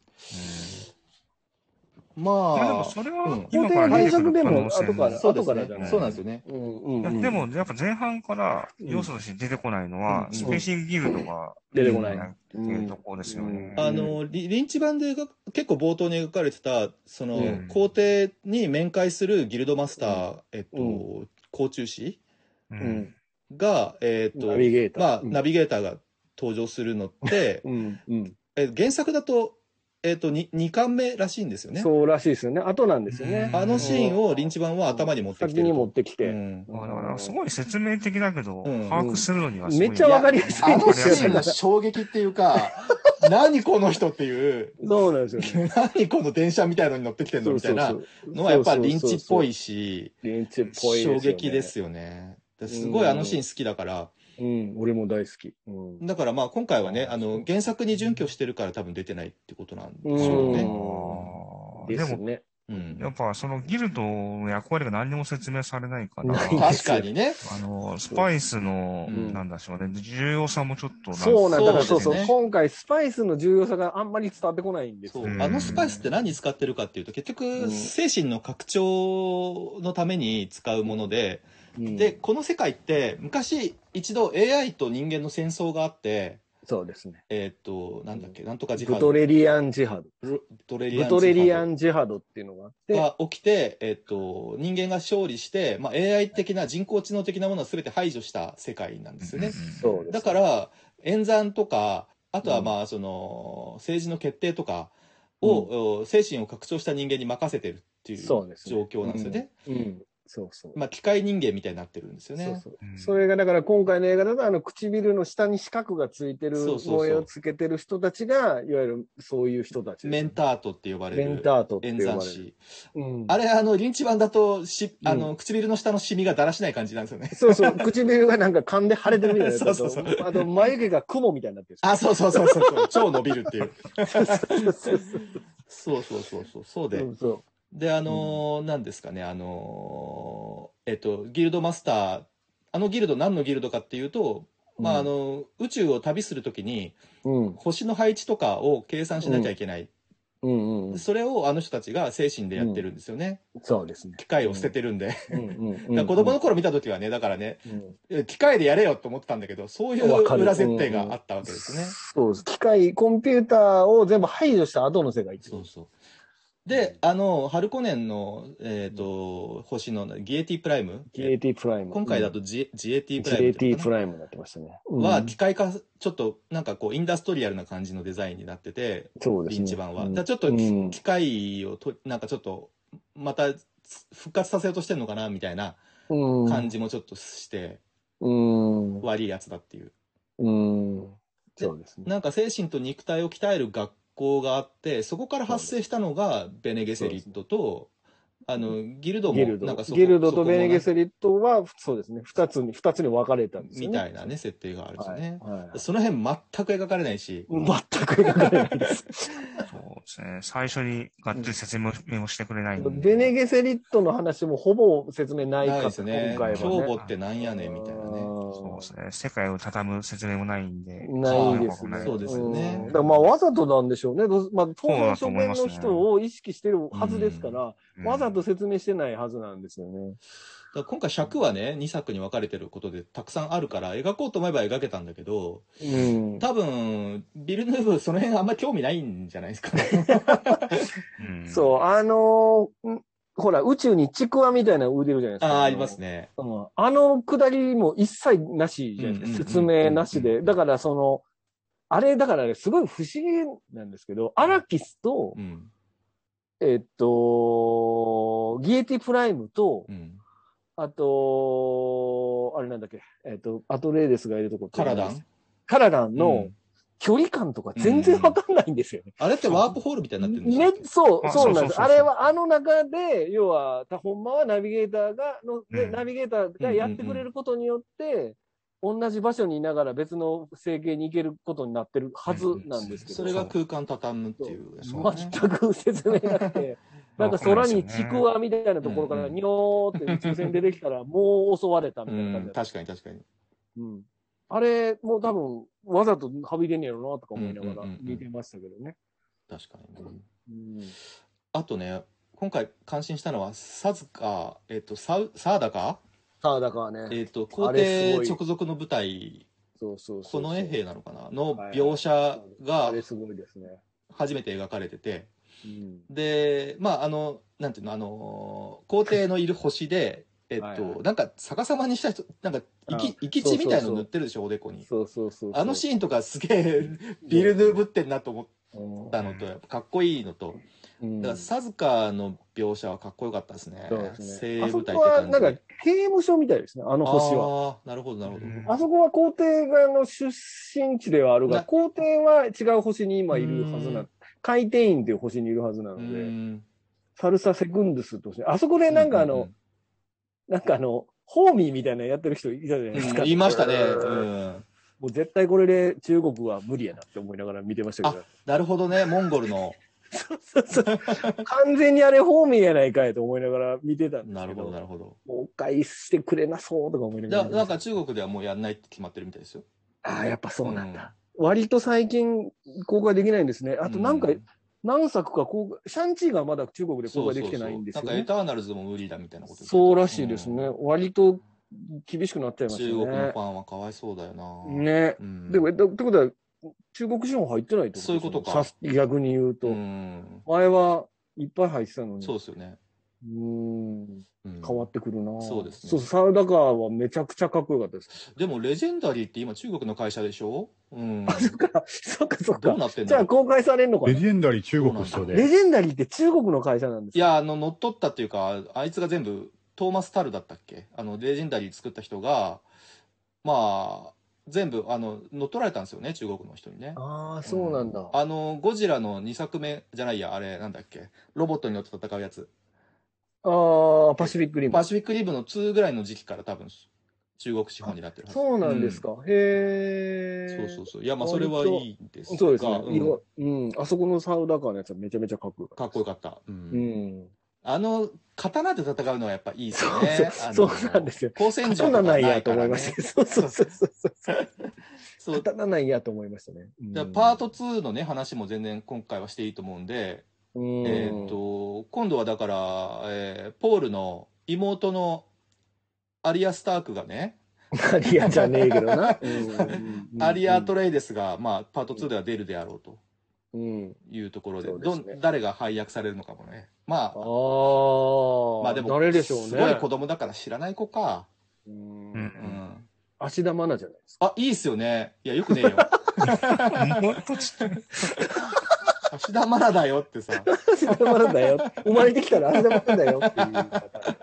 Speaker 1: ま
Speaker 2: んまあでも
Speaker 1: あ、
Speaker 2: それ
Speaker 1: う
Speaker 2: は
Speaker 1: ん
Speaker 2: 今から出てくる可能性
Speaker 3: 皇帝の配属でも後
Speaker 2: も
Speaker 3: か。ら
Speaker 1: そうです
Speaker 3: 後
Speaker 1: ね
Speaker 3: じゃ
Speaker 2: ない
Speaker 1: そうなんですよね。
Speaker 3: うんうんうん
Speaker 2: でも、やっぱ前半から
Speaker 3: うん
Speaker 2: 要素として出てこないのは、
Speaker 1: うん
Speaker 2: スペーシングギルドが
Speaker 3: 出てこない
Speaker 2: っていうところですよね。
Speaker 3: うん
Speaker 1: あのリリンチ版で描か結構冒頭に描かれてたその、
Speaker 3: うん
Speaker 1: 皇帝に面会するギルドマスター、えっと、
Speaker 3: う
Speaker 1: 甲虫師
Speaker 2: う
Speaker 3: うんん。
Speaker 1: が、えっと
Speaker 3: ナビゲーター。
Speaker 1: まあ、
Speaker 3: うん
Speaker 1: ナビゲーターが登場するの って、
Speaker 3: うんうん。
Speaker 1: え原作だと,、えっと 2, 2巻目らしいんですよね。
Speaker 3: そうらしいですよね。後なんですよね。
Speaker 1: あのシーンをリンチ版は頭に持ってきて
Speaker 3: 先
Speaker 1: る
Speaker 3: に
Speaker 1: と
Speaker 3: 持ってき
Speaker 1: う
Speaker 3: て。
Speaker 1: ん
Speaker 2: まあだからすごい説明的だけど、
Speaker 1: うん
Speaker 2: 把握するのにはすごい。
Speaker 3: めっちゃわかりやすい
Speaker 1: あ
Speaker 3: んで
Speaker 1: の
Speaker 3: すよ
Speaker 1: シーン
Speaker 3: ね。
Speaker 1: が衝撃っていうか何この人っていう
Speaker 3: そうなんですよね。
Speaker 1: 何この電車みたいのに乗ってきてんのみたいなのはやっぱりリンチっぽいし。
Speaker 3: リンチっぽい
Speaker 1: 衝
Speaker 3: よね
Speaker 1: 撃ですよね。ですごいあのシーン好きだから、
Speaker 3: うん俺も大好きうん
Speaker 1: だからまあ今回はね、あの原作に準拠してるから多分出てないってことなんでしょうね。
Speaker 2: あー
Speaker 3: で
Speaker 2: ですも、
Speaker 3: ね
Speaker 1: うん
Speaker 2: やっぱそのギルドの役割が何にも説明されないから、
Speaker 3: ない
Speaker 2: あ
Speaker 1: 確かにね。
Speaker 2: の、スパイスの、
Speaker 1: うん
Speaker 2: なんだしょうね、重要さもちょっと
Speaker 3: そうなんだから
Speaker 1: そ
Speaker 3: そうう
Speaker 1: です
Speaker 3: そう
Speaker 1: ね
Speaker 3: 今回スパイスの重要さがあんまり伝わってこないんです
Speaker 1: そ
Speaker 3: よ
Speaker 1: う
Speaker 2: うん
Speaker 1: あのスパイスって何使ってるかっていうと結
Speaker 3: う
Speaker 1: 局
Speaker 3: ん
Speaker 1: 精神の拡張のために使うもので、
Speaker 3: うん
Speaker 1: でこの世界って昔一度 AI と人間の戦争があって
Speaker 3: そうですね
Speaker 1: えーっとなんだっけなんとかジハ
Speaker 3: ブ
Speaker 1: ー
Speaker 3: ト
Speaker 1: ド
Speaker 3: レリアンジハド
Speaker 1: ブトレ
Speaker 3: ブトレリ
Speaker 1: ン
Speaker 3: アンジハドっていうのがあって
Speaker 1: が起きて、えっと、人間が勝利して、まあ、AI 的な人工知能的なものは全て排除した世界なんですよね。
Speaker 3: そうです
Speaker 1: だから演算とかあとは
Speaker 3: うん
Speaker 1: まあその政治の決定とかを、お精神を拡張した人間に任せてるっていう
Speaker 3: そうですね
Speaker 1: 状況なんですよね。
Speaker 3: うんそうそう
Speaker 1: まあ、機械人間みたいになってるんですよね。
Speaker 3: そうそう
Speaker 2: うん
Speaker 3: それがだから今回の映画だとあの唇の下に四角がついてる
Speaker 1: そうそうそう
Speaker 3: 模様をつけてる人たちがいわゆるそういう人たちですね
Speaker 1: メンタートって呼ばれ
Speaker 3: メ
Speaker 1: る
Speaker 3: ンタートって
Speaker 1: 演
Speaker 3: 呼
Speaker 1: 算
Speaker 3: ばれる
Speaker 1: 師。
Speaker 3: うん
Speaker 1: あれ、あの、リンチ版だとし、
Speaker 3: うん
Speaker 1: あの、唇の下のシミがだらしない感じなんですよね。
Speaker 3: そうそう、 唇がなんか噛んで腫れてるみたいなやつだと
Speaker 1: そうそうそう
Speaker 3: あと眉毛が雲みたいになってる。
Speaker 1: あ、そうそうそうそう そう。超伸びるっていう。
Speaker 3: そうそうそうそう。
Speaker 1: そうそうそうそう。そうで
Speaker 3: そ、うそ
Speaker 1: で、あのーなんですかね、あのーえっと、ギルドマスター、あのギルド、何のギルドかっていうと、
Speaker 3: う
Speaker 1: まあ、
Speaker 3: うん
Speaker 1: あの、宇宙を旅するときに、
Speaker 3: うん
Speaker 1: 星の配置とかを計算しなきゃいけない。
Speaker 3: うんうん。
Speaker 1: それをあの人たちが精神でやってるんですよね。
Speaker 3: そうですね。
Speaker 1: 機械を捨ててるんで。
Speaker 3: うんうんう
Speaker 1: だか
Speaker 3: ん
Speaker 1: ら子供の頃見たときはね、だからね、
Speaker 3: うん
Speaker 1: え機械でやれよと思ってたんだけど、そういう
Speaker 3: わかる
Speaker 1: 裏設定があったわけですね。
Speaker 3: そうです。機械、コンピューターを全部排除した後の世界ってこ
Speaker 1: そ
Speaker 3: と
Speaker 1: うそう。で、あの、ハルコネンの、えっ、と、星のギエティプライム。
Speaker 3: GAT プライム。
Speaker 1: 今回だと
Speaker 3: うん
Speaker 1: ジ,、ジエティプライムっていうの
Speaker 3: GAT プ
Speaker 1: かな
Speaker 3: ライムになってましたね。う
Speaker 1: は
Speaker 3: ん
Speaker 1: 機械化ちょっとなんかこうインダストリアルな感じのデザインになってて、
Speaker 3: そうです
Speaker 1: リ
Speaker 3: ね。
Speaker 1: ンチ版は、
Speaker 3: うん
Speaker 1: だからちょっとき、
Speaker 3: うん
Speaker 1: 機械をとなんかちょっとまた復活させようとしてるのかなみたいな
Speaker 3: うん
Speaker 1: 感じもちょっとして、
Speaker 3: うん。
Speaker 1: 悪いやつだっていう
Speaker 3: うん。そうですね。
Speaker 1: なんか精神と肉体を鍛える学校があってそこから発生したのがベネゲセリットとあの、ギルドも、
Speaker 3: ギル
Speaker 1: なんか
Speaker 3: ド。
Speaker 1: そこ
Speaker 3: ギルド
Speaker 1: そことも
Speaker 3: ベネゲス
Speaker 1: な
Speaker 3: リットは、そうですね。二つに、二つに分かれたんですよ
Speaker 1: み
Speaker 3: ね。
Speaker 1: たいなね、設定があるんですよね。
Speaker 3: はいはい
Speaker 1: その辺全く描かれないし、
Speaker 3: 全く描かれないです。
Speaker 2: そうですね。最初にがっつり説明もしてくれないんで。
Speaker 3: ベネゲセリットの話もほぼ説明ない
Speaker 1: ない
Speaker 3: か
Speaker 1: で
Speaker 3: っ
Speaker 1: す
Speaker 3: た、
Speaker 1: ね
Speaker 3: 今回。は
Speaker 1: 競
Speaker 3: ね。
Speaker 1: 歩ってなんやねんみたいなね。
Speaker 2: そう
Speaker 3: ね。
Speaker 2: ですね。世界を畳む説明もないんで。
Speaker 3: ないですね。
Speaker 1: そうですよね
Speaker 3: うんだからまあわざとなんでしょうね。どうまあ、当
Speaker 2: そう
Speaker 3: 然書
Speaker 2: だと思い
Speaker 3: 面
Speaker 2: ます
Speaker 3: の
Speaker 2: ね
Speaker 3: 人を意識してるはずですから、
Speaker 2: うん
Speaker 3: わざと説明してないはずなんですよね。
Speaker 1: だから今回尺はね、2作に分かれてることでたくさんあるから、描こうと思えば描けたんだけど、
Speaker 3: うん。
Speaker 1: 多分、ビルヌーブその辺あんま興味ないんじゃないですかね。
Speaker 2: うん
Speaker 3: そう、あのーんほら、宇宙にちくわみたいなの腕いるじゃないです
Speaker 1: あ
Speaker 3: か。
Speaker 1: あ、ありますね。
Speaker 3: うんあのくだりも一切なしじゃないで
Speaker 1: う
Speaker 3: すか。
Speaker 1: んうんうんうん
Speaker 3: 説明なしで。だからその、あれ、だからね、すごい不思議なんですけど、アラキスと
Speaker 1: う、ん。
Speaker 3: えっと、ギエティプライムと
Speaker 1: う、ん。
Speaker 3: あと、あれなんだっけ、えっと、アトレーデスがいるとこ。
Speaker 1: カラダン
Speaker 3: カラダ
Speaker 1: う
Speaker 3: ンの
Speaker 1: ん
Speaker 3: 距離感とか全然わかんないんですよね。
Speaker 1: あれってワープホールみたいになってるんです
Speaker 3: ね、そう、
Speaker 2: あ
Speaker 3: そうなんです。
Speaker 2: そうそうそうそう
Speaker 3: あれは、あの中で、要は、たほんまはナビゲーターが、ので
Speaker 2: うん
Speaker 3: ナビゲーターがやってくれることによって、同じ場所にいながら別の整形に行けることになってるはずなんですけど、
Speaker 1: それが空間畳むっていうやつね。
Speaker 2: そう
Speaker 3: 全く説明なくて、なんか空にちくわみたいなところか
Speaker 1: うん
Speaker 3: ら、
Speaker 1: うん
Speaker 3: にょーって宇宙船出てきたら、もう襲われたみ
Speaker 1: う
Speaker 3: たいな感
Speaker 1: ん
Speaker 3: じ、だった
Speaker 1: 確かに確かに。
Speaker 3: うんあれ、もう多分、わざとはびれんねやろな、とか思いなが
Speaker 1: う
Speaker 3: ら
Speaker 1: んうんうんうん
Speaker 3: 見てましたけどね。
Speaker 1: 確かにね、
Speaker 3: うん
Speaker 1: あとね、今回感心したのは、サズか、えっと、サウ、サーダか
Speaker 3: さあ、だからね、
Speaker 1: えっと、皇帝直属の舞台、
Speaker 3: そうそうそ
Speaker 1: こ
Speaker 3: うそう。
Speaker 1: の衛兵なのかなの
Speaker 3: はい
Speaker 1: 描写
Speaker 3: あ
Speaker 1: が
Speaker 3: れすごいですね。
Speaker 1: 初めて描かれてて、
Speaker 3: うん。
Speaker 1: で、まあ、あの、なんていうの、あの、皇帝のいる星で、えっと、
Speaker 3: はいはい
Speaker 1: なんか逆さまにした人、なんか、生き、生き血みたいの塗ってるでしょ、おでこに。
Speaker 3: そうそうそうそう。
Speaker 1: あのシーンとかすげえ、ビルヌーブってんなと思ったのと、やっぱかっこいいのと、
Speaker 3: うん、
Speaker 1: だから、サズカの描写はかっこよかったですね。
Speaker 3: そうです
Speaker 1: 精
Speaker 3: ね。
Speaker 1: 鋭
Speaker 3: あそ
Speaker 1: 部隊
Speaker 3: こ
Speaker 1: って
Speaker 3: は
Speaker 1: 感じ
Speaker 3: なんか刑務所みたいですね、あの星は。
Speaker 1: は。なるほど、なるほど。
Speaker 2: うん
Speaker 3: あそこは皇帝側の出身地ではある
Speaker 1: な
Speaker 3: が、皇帝は違う星に今いるはず
Speaker 1: う、
Speaker 3: なん海底院っていう星にいるはずな
Speaker 1: う
Speaker 3: ので、
Speaker 1: ん。
Speaker 3: サルサ・セクンドゥスって星。あそこでなんかあの、なんかあの、ホーミーみたいなのやってる人いたじゃな
Speaker 1: う
Speaker 3: い
Speaker 1: ん、う
Speaker 3: で
Speaker 1: ん
Speaker 3: すか。
Speaker 1: 言いましたね。
Speaker 3: うん
Speaker 1: うん。
Speaker 3: もう絶対これで中国は無理やなって思いながら見てましたけど。
Speaker 1: なるほどね、モンゴル の。
Speaker 3: そうそう完全にあれホーミーやないかいと思いながら見てたんです
Speaker 1: な
Speaker 3: け
Speaker 1: るほ
Speaker 3: ど
Speaker 1: ど、。なるほど。
Speaker 3: もう一回してくれなそうとか思いなが
Speaker 1: だ
Speaker 3: ら。
Speaker 1: なんか中国ではもうやんないって決まってるみたいですよ。
Speaker 3: ああ、やっぱそうなんだ。割と最近公開できないんですね。
Speaker 1: うん。
Speaker 3: あとなんか、
Speaker 1: う
Speaker 3: 何作か公開、シャンチーがまだ中国で公開できてないんですよ
Speaker 1: そうそうそうなん
Speaker 3: ね。
Speaker 1: かエターナルズも無理だみたいなこと言ってた
Speaker 3: そうらしいですね。
Speaker 1: うん
Speaker 3: 割と厳しくなっちゃいま
Speaker 1: 中
Speaker 3: したね。
Speaker 1: 国のファンはかわいそうだよな。。
Speaker 3: ね。
Speaker 1: うん、
Speaker 3: でも、えっとってことは、中国資本入ってないってことですね
Speaker 1: そういうことか
Speaker 3: さす逆に言うと。
Speaker 1: うん。
Speaker 3: 前はいっぱい入ってたのに。
Speaker 1: そう
Speaker 3: う。
Speaker 1: ですよね。う
Speaker 3: ん。
Speaker 1: ん
Speaker 3: 変わってくるな、
Speaker 1: そうですね
Speaker 3: そう、サウダカーはめちゃくちゃかっこよかったです。
Speaker 1: でも、レジェンダリーって今中国の会社でしょうん。
Speaker 3: そっか、そっか、そっ
Speaker 1: どう
Speaker 3: か。
Speaker 1: なってん
Speaker 3: じゃ
Speaker 1: の
Speaker 3: あ公開されるのかな
Speaker 4: レジェンダリー中国の人
Speaker 3: レ
Speaker 4: で。
Speaker 3: ジェンダリーって中国の会社なんです
Speaker 1: い
Speaker 3: か
Speaker 1: や、あの、乗っ取ったっていうか、あいつが全部、トーマス・タルだったっけあの、レジェンダリー作った人が、まあ、全部、あの、乗っ取られたんですよね、中国の人にね。
Speaker 3: ああ、そうなんだ。
Speaker 1: あの、ゴジラの2作目じゃないや、あれ、なんだっけロボットに乗って戦うやつ。
Speaker 3: ああ、パシフィックリム
Speaker 1: パ。シフィックリブの2ぐらいの時期から多分、中国資本になってるはず。
Speaker 3: そうなんですか。へえ。
Speaker 1: そうそうそう。いや、まあ、それはいいんですが。
Speaker 3: そうですね、
Speaker 1: ん
Speaker 3: 色うん。あそこのサウダカーのやつはめちゃめちゃかっこよかった。
Speaker 1: かっこよかった。うん
Speaker 3: うん。
Speaker 1: あの、刀で戦うのはやっぱいいですよね。あ
Speaker 3: そう
Speaker 1: の
Speaker 3: そうなんですよ。
Speaker 1: 光線銃と
Speaker 3: 刀
Speaker 1: か
Speaker 3: ない
Speaker 1: からね
Speaker 3: やと思いました。そうそうそうそうそう。
Speaker 1: そう、
Speaker 3: 刀ないやと思いましたね。
Speaker 1: だからパート2のね、話も全然今回はしていいと思うんで、
Speaker 3: うん、
Speaker 1: えーっと、今度はだから、えーポールの妹のアリア・スタークがね、
Speaker 3: アリアじゃねえけどな。 うん
Speaker 1: アリア・アト、レイデスが、まあ、パート2では出るであろうと
Speaker 3: うん、
Speaker 1: いうところで、
Speaker 3: そう
Speaker 1: ど
Speaker 3: です
Speaker 1: ん
Speaker 3: ね
Speaker 1: 誰が配役されるのかもね。ま
Speaker 3: あ
Speaker 1: あ、
Speaker 3: あ、
Speaker 1: まあでも、
Speaker 3: 誰でしょうね。
Speaker 1: すごい子供だから知らない子か。
Speaker 3: う。
Speaker 2: うんん。
Speaker 3: 芦田愛菜じゃないですか。
Speaker 1: あ、いいっすよね。いや、よくねえ よ。
Speaker 2: もっとちっちゃい。
Speaker 1: 芦田愛菜だよってさ。
Speaker 3: 芦田愛菜だよ。生まれてきたら芦田愛菜だよっていうパターン。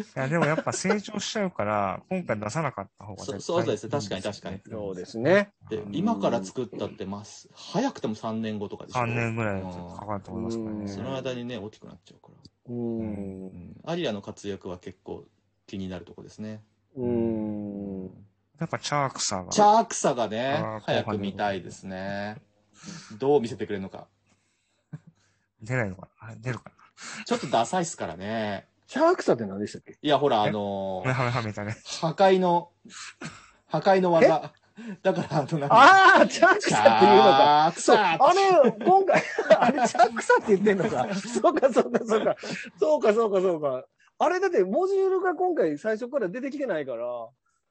Speaker 2: いや、でもやっぱ成長しちゃうから、今回出さなかった方が絶対
Speaker 1: そうそうですね確かに確かに
Speaker 3: そうですね。
Speaker 1: で今から作ったって、ます早くても3年後とかでしょ。
Speaker 2: 3年ぐらいかかると思いますから
Speaker 3: うん
Speaker 2: ね。
Speaker 1: その間にね、大きくなっちゃうから。
Speaker 3: うん。
Speaker 1: うんアリアの活躍は結構気になるとこですね。
Speaker 3: うん。
Speaker 2: やっぱチャークさんが。
Speaker 1: チャークサがね
Speaker 2: あー、
Speaker 1: 早く見たいですね。どう見せてくれるのか。
Speaker 2: 出ないのかなあ出るか
Speaker 1: ちょっとダサいっすからね。
Speaker 3: シャークさんって何でしたっけ
Speaker 1: いや、ほら、あのー
Speaker 2: なはめはめだね。
Speaker 1: 破壊の、破壊の技。だから、あの、なんか、
Speaker 3: ああ、チャーク
Speaker 1: チ
Speaker 3: さんっていうのか。
Speaker 1: ャーク
Speaker 3: そう、
Speaker 1: サ
Speaker 3: あれ、今回、 あれ、チャークさんって言ってんのか。そうか、そうか、そうか。そうか、そうか、そうか。あれ、だって、モジュールが今回最初から出てきてないから、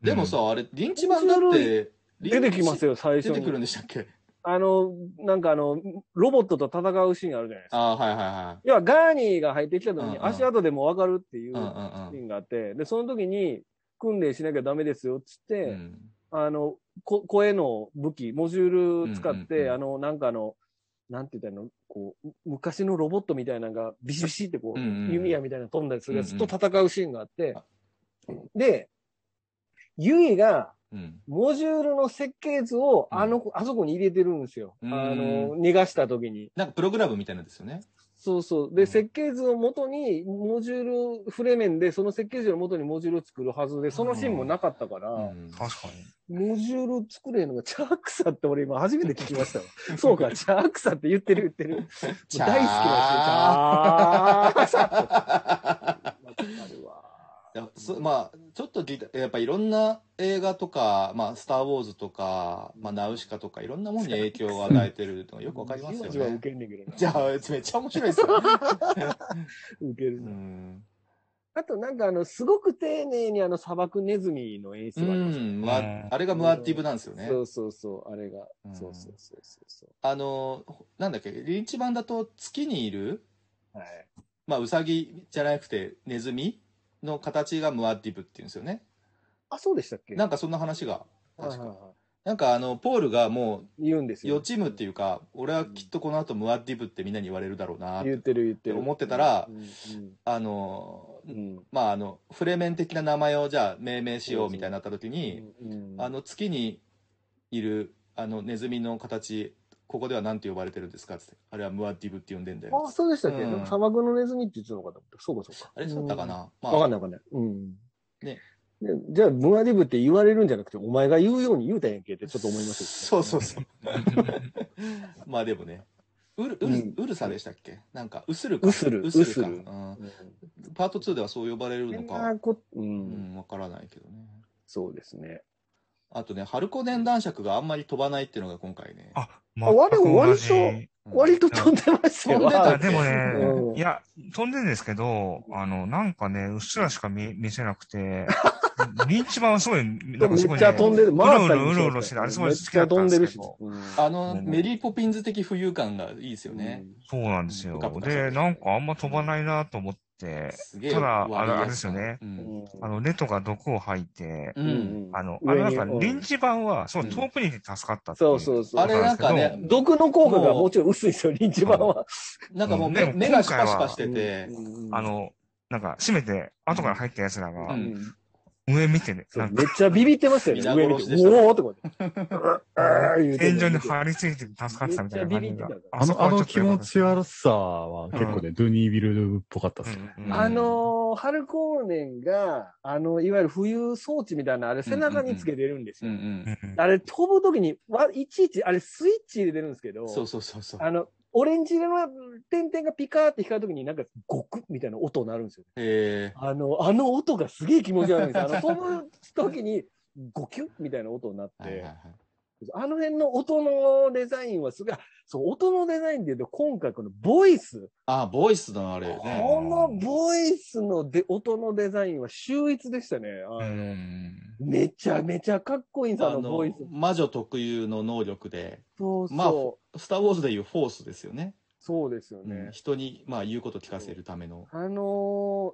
Speaker 1: でもさ、あれ、リンチ版だっ
Speaker 3: 面
Speaker 1: て、
Speaker 3: 出てきます
Speaker 1: よ。
Speaker 3: よ、最初
Speaker 1: 出てくる
Speaker 3: に。
Speaker 1: んでしたっけ
Speaker 3: あの、なんかあの、ロボットと戦うシーンあるじゃないですか。
Speaker 1: ああー、はいは
Speaker 3: 要は、ガーニーが入ってきた時
Speaker 1: うん
Speaker 3: に、
Speaker 1: うん
Speaker 3: 足跡でもわかるってい
Speaker 1: いうはい。う
Speaker 3: シ
Speaker 1: んうん
Speaker 3: ーンがあって、で、その時に、訓練しなきゃダメですよ、つって、
Speaker 1: うんうん。
Speaker 3: あの、こ声の武器、モジュール使って、
Speaker 1: うんうんうん
Speaker 3: あの、なんかあの、なんて言ったらいいのこう、む昔のロボットみたいなのがビシビシってこう、
Speaker 1: うんうんうん
Speaker 3: 弓矢みたいなの飛んだりするやつ
Speaker 1: うんう
Speaker 3: と
Speaker 1: ん
Speaker 3: 戦うシーンがあって、で、ユイが
Speaker 1: うん。
Speaker 3: モジュールの設計図をあの、あそこに入れてるんですよ。
Speaker 1: うん
Speaker 3: あの、逃がした時に。
Speaker 1: なんか、プログラムみたいなんですよね。
Speaker 3: そうそう。
Speaker 1: う
Speaker 3: で、
Speaker 1: ん
Speaker 3: 設計図を元に、モジュール、フレメンで、その設計図を元にモジュールを作るはずで、そのシーンもなかったから、
Speaker 1: うん
Speaker 2: 確かに。
Speaker 3: モジュール作れんのがチャークサって俺今初めて聞きましたわ。 そうか、チャークサって言ってる言ってる。
Speaker 1: チャー
Speaker 3: 大好きな人。チャーク サって。わかるわ。
Speaker 1: いやそまあちょっとギタやっぱいろんな映画とか「まあ、スター・ウォーズ」とか「まあ、ナウシカ」とかいろんなものに影響を与えてるのがよくわかりますよ
Speaker 3: じわじわ
Speaker 1: ね。
Speaker 3: 受けんねんけどな。
Speaker 1: じゃあめっちゃ面白いですよ。
Speaker 3: 受ける
Speaker 1: う
Speaker 3: な。
Speaker 1: ん、
Speaker 3: あとなんかあの、すごく丁寧にあの、砂漠ネズミの演
Speaker 1: う
Speaker 3: 出があります
Speaker 1: んまあ、あれがムアティブなんですよね。
Speaker 3: そうそうそう、あれが。
Speaker 1: うん
Speaker 3: そうそうそうそうそう。
Speaker 1: あのなんだっけリンチ版だと月にいる、
Speaker 3: はい。
Speaker 1: まあ、ウサギじゃなくてネズミの形がムアティブっていうんですよね。
Speaker 3: あ、そうでしたっけ
Speaker 1: なんかそんな話が
Speaker 3: はい
Speaker 1: 確
Speaker 3: はい
Speaker 1: か。
Speaker 3: は
Speaker 1: なんかあのポールがもう
Speaker 3: い言うんですよ。
Speaker 1: 予知夢っていうか俺はきっとこの後ムアディブってみんなに言われるだろうなって
Speaker 3: 言ってる言ってる。
Speaker 1: 思ってたら
Speaker 3: うん、
Speaker 1: あの
Speaker 3: うんうん
Speaker 1: まああのフレメン的な名前をじゃあ命名しようみたいになった時に、
Speaker 3: うん
Speaker 1: あの月にいるあのネズミの形ここでは何て呼ばれてるんですかってあれはムアディブって呼んでんだよ
Speaker 3: あ、そうでしたっけ、
Speaker 1: うん
Speaker 3: なんか砂漠のネズミって言ってたのかと思った。そうかそうか。
Speaker 1: あれそうだったかな、ま
Speaker 3: わ、
Speaker 1: あ
Speaker 3: かんないわかんない。うん。
Speaker 1: ね
Speaker 3: で。じゃあ、ムアディブって言われるんじゃなくて、お前が言うように言うたんやんけってちょっと思いました
Speaker 1: そうそう そうまあでもねウルウル,、
Speaker 3: うん
Speaker 1: ウルサでしたっけなんかウスルか
Speaker 3: ウスル
Speaker 1: ウス
Speaker 3: ウス
Speaker 1: ルか
Speaker 3: ル
Speaker 1: うん
Speaker 3: けど。
Speaker 1: パート2ではそう呼ばれる
Speaker 3: うん。
Speaker 1: の
Speaker 3: そんな
Speaker 1: か
Speaker 3: こう。
Speaker 1: うんんわからないけどね
Speaker 3: そうですね。
Speaker 1: あとね、春子年男爵があんまり飛ばないっていうのが今回ね。
Speaker 2: あ、ま
Speaker 3: あ割割と
Speaker 1: うん
Speaker 3: 割と飛んでました
Speaker 1: 飛ん
Speaker 3: よ。
Speaker 1: でた
Speaker 2: あ、
Speaker 1: っけ
Speaker 2: でもね、
Speaker 3: うん
Speaker 2: いや、飛んでんですけど、あの、なんかね、うっすらしか見見せなく て、リンチ版はすごい、なんか
Speaker 3: め
Speaker 2: すご
Speaker 3: っ
Speaker 2: い、
Speaker 3: ち
Speaker 2: ね、
Speaker 3: ゃ飛んでる。
Speaker 2: う
Speaker 3: った
Speaker 2: ろう
Speaker 3: り
Speaker 2: ろ、
Speaker 3: も
Speaker 2: う
Speaker 3: し
Speaker 2: ろ
Speaker 3: ま
Speaker 2: う
Speaker 3: し
Speaker 2: ろしてて、あれす
Speaker 3: た
Speaker 2: ごい
Speaker 3: めっ
Speaker 2: 好き
Speaker 3: ち
Speaker 2: だ
Speaker 3: ゃ
Speaker 2: った
Speaker 3: 飛
Speaker 2: ん
Speaker 3: ん
Speaker 2: で
Speaker 3: でする
Speaker 2: け
Speaker 3: し。
Speaker 2: ど、
Speaker 1: あの、
Speaker 2: うん
Speaker 1: メリーポピンズ的浮遊感がいいですよね。
Speaker 2: そうなんですよ
Speaker 1: ぷかぷ。かして
Speaker 2: で、なんかあんま飛ばないなと思って、
Speaker 1: すげえ
Speaker 2: ただ
Speaker 1: 割りや
Speaker 2: あれですよね
Speaker 1: う。
Speaker 3: うんん
Speaker 2: あの、ネトが毒を吐いて、
Speaker 1: うん
Speaker 2: あの、あ
Speaker 3: 上
Speaker 2: れ
Speaker 3: に
Speaker 2: なんか、
Speaker 3: うん
Speaker 2: リンチ版は、そうう、
Speaker 1: ん
Speaker 2: 遠くにいて助かったってい
Speaker 3: そうそうそう。
Speaker 1: あれなんかね、ど
Speaker 3: 毒の効果がもちろん薄いですよ、リンチ版は。
Speaker 1: なんかもう目
Speaker 2: でも
Speaker 1: 目がシパシパしてて、
Speaker 3: うん
Speaker 2: あ、の、なんか、閉めて、後から入った奴ら
Speaker 1: う、
Speaker 2: が
Speaker 3: うんん
Speaker 2: 上見てね、
Speaker 3: そ
Speaker 2: な
Speaker 3: うん
Speaker 2: か、
Speaker 3: めっちゃビビってましたよね。
Speaker 1: 皆
Speaker 3: 上見
Speaker 1: 殺してでした
Speaker 3: おおってこうやって。ああ言うて
Speaker 2: 天井に張り付いて助かってたみたいな感じが
Speaker 3: めっちゃビビって。た
Speaker 4: あの、あの気持ち
Speaker 2: は
Speaker 4: 悪さは結構ね、ドゥニービルっぽかったですね。
Speaker 3: あのー、春光年が、あの、いわゆる浮遊装置みたいな、あれ背中につけてるんです
Speaker 1: うん
Speaker 3: よ
Speaker 1: う。。
Speaker 2: うんん
Speaker 3: あれ飛ぶときに、わ、いちいち、あれスイッチ入れてるんですけど、
Speaker 1: そうそうそうそう。
Speaker 3: あの、オレンジ色の点々がピカーって光るときになんかゴクッみたいな音になるんですよ。
Speaker 1: え
Speaker 3: あの、あの音がすげえ気持ち悪いんです よ。あの、飛ぶときにゴキュッみたいな音になって、
Speaker 1: ーはいはいはい
Speaker 3: あの辺の音のデザインはすごい、あそう、音のデザインで言うと、今回このボイス、
Speaker 1: あ、ボイスのあれね。
Speaker 3: このボイスので音のデザインは秀逸でしたね。
Speaker 2: う
Speaker 3: あの
Speaker 2: ん
Speaker 3: めちゃめちゃかっこいいんです、
Speaker 1: あ
Speaker 3: あのボイ
Speaker 1: の
Speaker 3: ス。、
Speaker 1: 魔女特有の能力で、
Speaker 3: そうそう。
Speaker 1: まあスター・ウォーズでいうフォースですよね。
Speaker 3: そうですよ
Speaker 1: うん
Speaker 3: ね。
Speaker 1: 人に、まあ、言うこと聞かせるための。
Speaker 3: あのー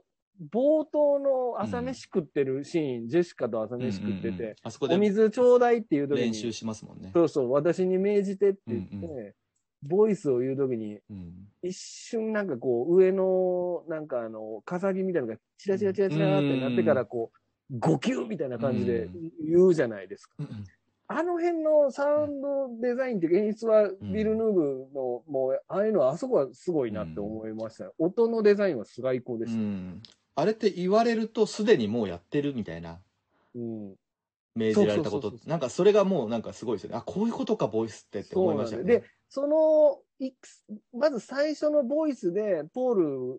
Speaker 3: 冒頭の朝飯食ってるシーン、ジェシカと朝飯食
Speaker 1: う
Speaker 3: って
Speaker 1: んうんうん
Speaker 3: て、
Speaker 1: あそこ
Speaker 3: お
Speaker 1: で
Speaker 3: 水ちょうだいっていう時
Speaker 1: 練習
Speaker 3: に、
Speaker 1: しますもんね。
Speaker 3: そうそう、私に命じてって言って、
Speaker 1: うん
Speaker 3: ボイスを言う時に、
Speaker 1: うん
Speaker 3: 一瞬なんかこう、上の、なんかあの、飾りみたいなのが、チラチラチラチラってなってから、こう、ゴキューみたいな感じで
Speaker 1: う
Speaker 3: 言うじゃないですか。
Speaker 1: うん
Speaker 3: あの辺のサウンドデザインっていうか演出は、ビルヌーブの、もう、ああいうのは、あそこはすごいなって思いましたね。音のデザインは最高で
Speaker 1: う
Speaker 3: した。
Speaker 1: ん。あれって言われると、すでにもうやってるみたいな、
Speaker 3: うん。
Speaker 1: 命じられたこと
Speaker 3: そうそうそうそう。そう
Speaker 1: なんかそれがもうなんかすごいですよね。あ、こういうことか、ボイスってって
Speaker 3: そ
Speaker 1: 思
Speaker 3: う
Speaker 1: い
Speaker 3: な
Speaker 1: ま
Speaker 3: ん
Speaker 1: した
Speaker 3: で
Speaker 1: よね。
Speaker 3: す。で、その、いくつまず最初のボイスで、ポー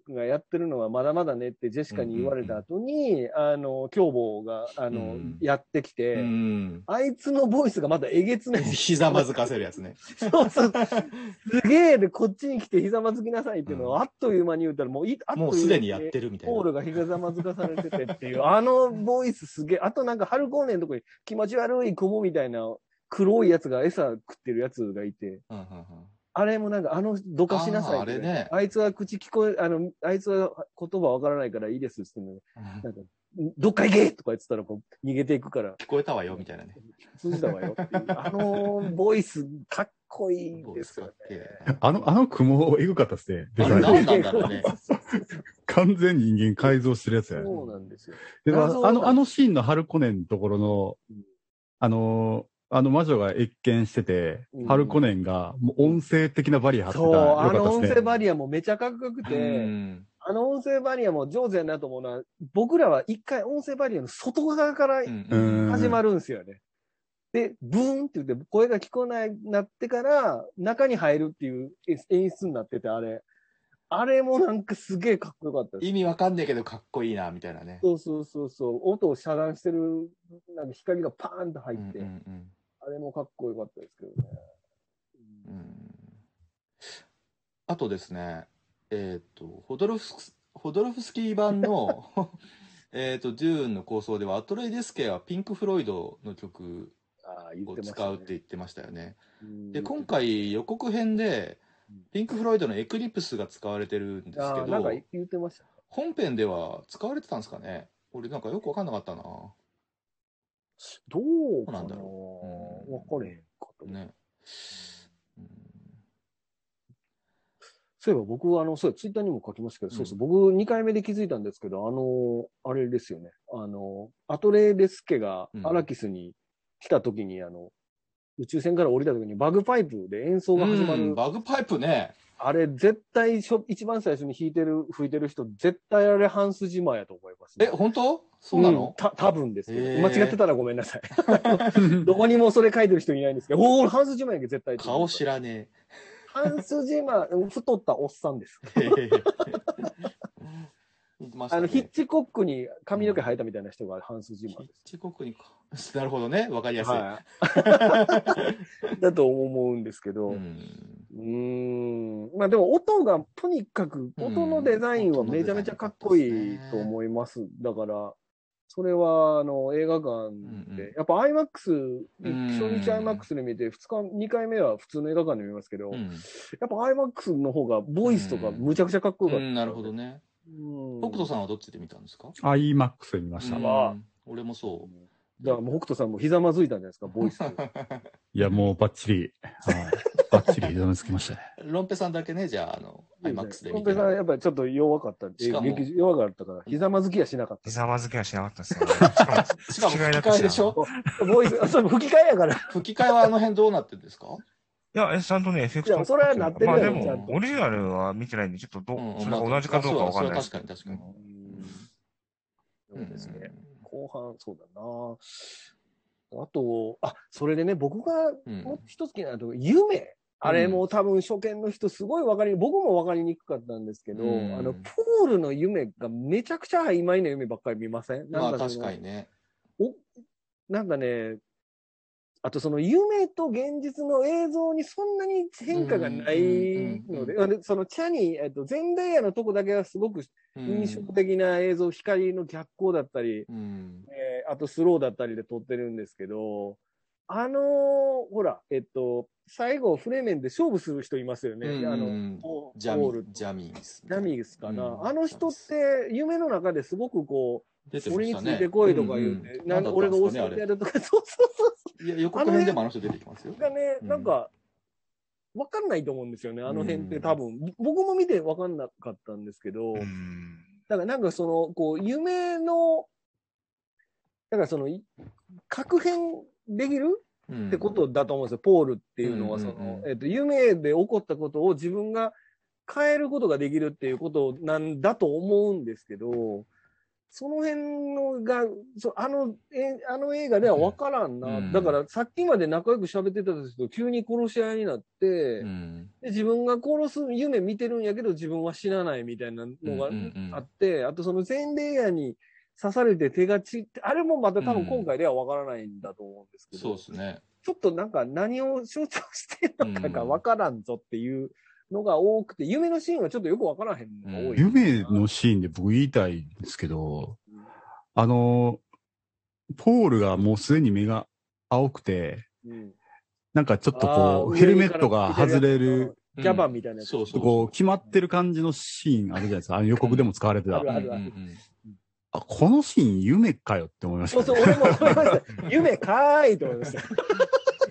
Speaker 3: ルがやってるのはまだまだねってジェシカに言われた後に、あの、凶暴が、あの、
Speaker 1: うん
Speaker 3: やってきて、
Speaker 1: うん。
Speaker 3: あいつのボイスがまだえげつない。
Speaker 1: ひざまずかせるやつ ね。
Speaker 3: そうそう。すげえで、こっちに来てひざまずきなさいっていうのは、あっという間に言うたら、もうい、あっという間
Speaker 1: もうすでにやってるみたい
Speaker 3: ポー
Speaker 1: な。
Speaker 3: ルがひざまずかされててっていう、あのボイスすげえ。あとなんか、春高年のとこに気持ち悪い雲みたいな黒いやつが餌食ってるやつがいて、
Speaker 1: うんうんうん
Speaker 3: あれもなんか、あの、どかしなさい
Speaker 1: あーあ
Speaker 3: って
Speaker 1: れね
Speaker 3: あいつは口聞こえ、あの、あいつは言葉わからないからいいですって言ってんのになんか、どっか行けとか言ってたらこう逃げていくから、
Speaker 1: 聞こえたわよ、みたいなね。
Speaker 3: 通じたわよっ ていう。あのボイス、かっこいいですよね。
Speaker 4: あの、あの雲、えぐかったっすね。デ
Speaker 1: あ
Speaker 4: ザ
Speaker 1: れ
Speaker 4: イ
Speaker 1: 何
Speaker 4: ン
Speaker 1: なんだろうね。
Speaker 4: 完全人間改造してるやつやね。
Speaker 3: そうなんですよ。
Speaker 4: であ
Speaker 3: 謎
Speaker 4: の
Speaker 3: な
Speaker 4: あ
Speaker 3: んです
Speaker 4: の、あのシーンの春子年のところの
Speaker 3: うん、
Speaker 4: あのー、あの魔女が越見してて
Speaker 3: うん、
Speaker 4: 春子年が、もう音声的なバリア張ってた
Speaker 3: そう、
Speaker 4: ら
Speaker 3: あの
Speaker 4: よかった
Speaker 3: 音
Speaker 4: です
Speaker 3: 声
Speaker 4: ね。
Speaker 3: バリアもめちゃかっこよくて、
Speaker 1: うん
Speaker 3: あの音声バリアも上手やなと思うのは、僕らは一回音声バリアの外側から
Speaker 1: うん
Speaker 4: う
Speaker 1: うん
Speaker 4: ん
Speaker 3: 始まるんですよね。で、ブーンって言って声が聞こえないなってから中に入るっていう演出になってて、あれ。あれもなんかすげえかっこよかったです。
Speaker 1: 意味わかんねえけど、かっこいいな、みたいなね。
Speaker 3: そうそうそうそう。音を遮断してる、なんか光がパーンと入
Speaker 1: う
Speaker 3: っ
Speaker 1: ん
Speaker 3: て、
Speaker 1: うんうん
Speaker 3: あれもかっこよかったですけどね。
Speaker 1: うんあとですね、えっ、と、ホドロフス、ホドロフスキー版 の、えっと、デューンの構想では、アトレイデスケはピンク・フロイドの曲
Speaker 3: ああ、言
Speaker 1: を
Speaker 3: ってました、ね。
Speaker 1: 使うって言ってましたよね。
Speaker 3: うん
Speaker 1: で、今回予告編で
Speaker 3: うん、
Speaker 1: ピンク・フロイドのエクリプスが使われてるんですけ
Speaker 3: ああ
Speaker 1: ど、
Speaker 3: なんか言ってました。
Speaker 1: 本編では使われてたんですかね俺なんかよくわかんなかったな。
Speaker 3: どうかな
Speaker 1: そうなんだろううん
Speaker 3: わかれへんかと思う。
Speaker 1: ね。うん
Speaker 3: そういえば僕、あの、そうやツイッターにも書きましたけど、
Speaker 1: うん
Speaker 3: そうそう、僕2回目で気づいたんですけど、あの、あれですよね。あの、アトレーデスケが
Speaker 1: うん
Speaker 3: アラキスに来た時に、あの、宇宙船から降りた時にバグパイプで演奏が始まる。
Speaker 1: うんバグパイプね。
Speaker 3: あれ、絶対しょ、一番最初に弾いてる、吹いてる人、絶対あれ、半筋前やと思います、
Speaker 1: え、本当そうな
Speaker 3: うん
Speaker 1: の、
Speaker 3: た、多分ですけど、
Speaker 1: へー
Speaker 3: 間違ってたらごめんなさい。 どこにもそれ書いてる人いないんですけど、おお、半筋前やけど絶対。
Speaker 1: 顔知らね
Speaker 3: 半筋前、うん太ったおっさんです。
Speaker 1: え。言ってました
Speaker 3: あ
Speaker 1: ね
Speaker 3: の、ヒッチコックに髪の毛生えたみたいな人が半数ジ
Speaker 1: ヒ
Speaker 3: マ
Speaker 1: ッ
Speaker 3: です。
Speaker 1: チコックにか。 なるほどね。わかりやすい。
Speaker 3: はい。だと思うんですけど。
Speaker 1: う
Speaker 3: うんーん。まあでも音が、とにかく、
Speaker 1: うん
Speaker 3: 音のデザインはめちゃめちゃかっこいいと思います。だから、それは、あの、映画館で、
Speaker 1: うんうん
Speaker 3: やっぱ IMAX、
Speaker 1: ん
Speaker 3: 初日 IMAX で見て、2日、2回目は普通の映画館で見ますけど、
Speaker 1: う
Speaker 3: やっ
Speaker 1: ん
Speaker 3: ぱ IMAX の方が、ボイスとかむちゃくちゃかっこよか
Speaker 1: う
Speaker 3: った。
Speaker 1: ん。なるほどね。
Speaker 3: うん。
Speaker 1: 北斗さんはどっちで見たんですか
Speaker 4: アイマックス見ました。
Speaker 1: う
Speaker 4: い
Speaker 1: ん
Speaker 3: わ
Speaker 1: 俺もそう。
Speaker 3: だからもう北斗さんもひざまずいたんじゃないですか、ボイス。
Speaker 4: や、もうバッチリ、はいバッチリひざまずき ましたね。
Speaker 1: ロンペさんだけね、じゃあ、あの、IMAX で
Speaker 3: コン
Speaker 1: 見
Speaker 3: ペ
Speaker 1: て
Speaker 3: さんやっぱりちょっと弱かったんで
Speaker 1: しかも
Speaker 3: 劇場弱かったから、ひざまずきはしなかっ
Speaker 2: ひ
Speaker 3: た。
Speaker 2: ざまずきはしなかったですよね。しかも、
Speaker 1: しかも吹き
Speaker 2: 違いなく
Speaker 1: 替えでしょ
Speaker 3: ボイス、それ吹き替えやから。
Speaker 1: 吹き替えはあの辺どうなってるんですか
Speaker 2: いや、え、ちゃんとね、エフェク
Speaker 3: い
Speaker 2: ト。
Speaker 3: やそれはなってるや
Speaker 2: ま
Speaker 3: ろ
Speaker 2: あで
Speaker 1: ちゃん
Speaker 2: も、
Speaker 1: と
Speaker 2: オリジナルは見てないんで、ちょっとど、
Speaker 1: うんうん
Speaker 2: それが同じかどうかわかんないですけど。
Speaker 1: まあそうだそれは確かに確か
Speaker 3: そうですね。
Speaker 1: う
Speaker 3: 後半、そうだなあと、あ、それでね、僕が
Speaker 1: うん
Speaker 3: もう一つ気になるとこ、夢。あれも多分初見の人すごいわかり、僕もわかりにくかったんですけど、
Speaker 1: うん
Speaker 3: あの、ポールの夢がめちゃくちゃ曖昧な夢ばっかり見ません
Speaker 1: ま
Speaker 3: なん
Speaker 1: あ
Speaker 3: かそ
Speaker 1: 確
Speaker 3: の
Speaker 1: かにね。
Speaker 3: お、なんかね、あとその夢と現実の映像にそんなに変化がないので、
Speaker 1: うんうんうんうん
Speaker 3: あでそのチャニー、えっと、全ダイヤのとこだけはすごく
Speaker 1: うん
Speaker 3: 印象的な映像、光の逆光だったり、
Speaker 1: うん。
Speaker 3: えーあとスローだったりで撮ってるんですけど、あのーほら、えっと、最後フレーメンで勝負する人いますよね。
Speaker 1: うん
Speaker 3: あ
Speaker 1: う
Speaker 3: の、
Speaker 1: ん
Speaker 3: ポ
Speaker 1: ジャ
Speaker 3: ポ
Speaker 1: ミ
Speaker 3: ール
Speaker 1: ー、ジャミース。
Speaker 3: ジャミースかな、
Speaker 1: うん
Speaker 3: あの人って夢の中ですごくこ
Speaker 1: 出
Speaker 3: う、
Speaker 1: てま
Speaker 3: 俺
Speaker 1: し
Speaker 3: に
Speaker 1: た
Speaker 3: つ
Speaker 1: ね
Speaker 3: いてこいとか言う
Speaker 1: うん
Speaker 3: て、
Speaker 1: うん
Speaker 3: なんか俺が
Speaker 1: な
Speaker 3: 教
Speaker 1: んだったんですかね
Speaker 3: えてやるとか、そうそうそうそう。
Speaker 1: いや、予告編でもあの人出てきますよ。
Speaker 3: がね、
Speaker 1: うん
Speaker 3: なんか、わかんないと思うんですよね、あの辺って多分。僕も見てわかんなかったんですけど、
Speaker 2: う
Speaker 3: だ
Speaker 2: ん。
Speaker 3: からなんかその、こう、夢の、だからその、い確変できる
Speaker 1: うん
Speaker 3: ってことだと思うんですよ。ポールっていうのは、
Speaker 1: うん
Speaker 3: そ
Speaker 1: うんうん
Speaker 3: の、えっと、夢で起こったことを自分が変えることができるっていうことなんだと思うんですけど、その辺のが、そあの、えあの映画では分からんな。
Speaker 1: うん
Speaker 3: だから、さっきまで仲良く喋ってたんですけど、急に殺し合いになって、
Speaker 1: うん
Speaker 3: で自分が殺す夢見てるんやけど自分は死なないみたいなのが
Speaker 1: うんうんうん
Speaker 3: あって、あとその前例やに刺されて手がちって、あれもまた多分今回ではわからないんだと思うんですけど、
Speaker 1: そうですね。
Speaker 3: ちょっとなんか何を象徴してるのかがわからんぞっていうのが多くて、夢のシーンはちょっとよくわからへんのが多い。
Speaker 4: 夢のシーンで僕言いたいんですけど、あの、ポールがもうすでに目が青くて、
Speaker 3: うん、
Speaker 4: なんかちょっと
Speaker 3: あ
Speaker 4: こ
Speaker 3: ー
Speaker 4: う、ヘルメットが外
Speaker 3: 上
Speaker 4: れる、、
Speaker 3: から左からギャバンみたいなやつ。
Speaker 1: そうそう
Speaker 4: こう、決まってる感じのシーンあるじゃないですか。あの予告でも使われて
Speaker 3: あ
Speaker 4: た
Speaker 3: る。あるあ
Speaker 1: う
Speaker 3: る
Speaker 1: んうん。
Speaker 4: あこのシーン夢かよって思いまし
Speaker 3: そうそ
Speaker 4: た
Speaker 3: う、
Speaker 4: ね。
Speaker 3: 俺も思いました。 夢かーいと思いまし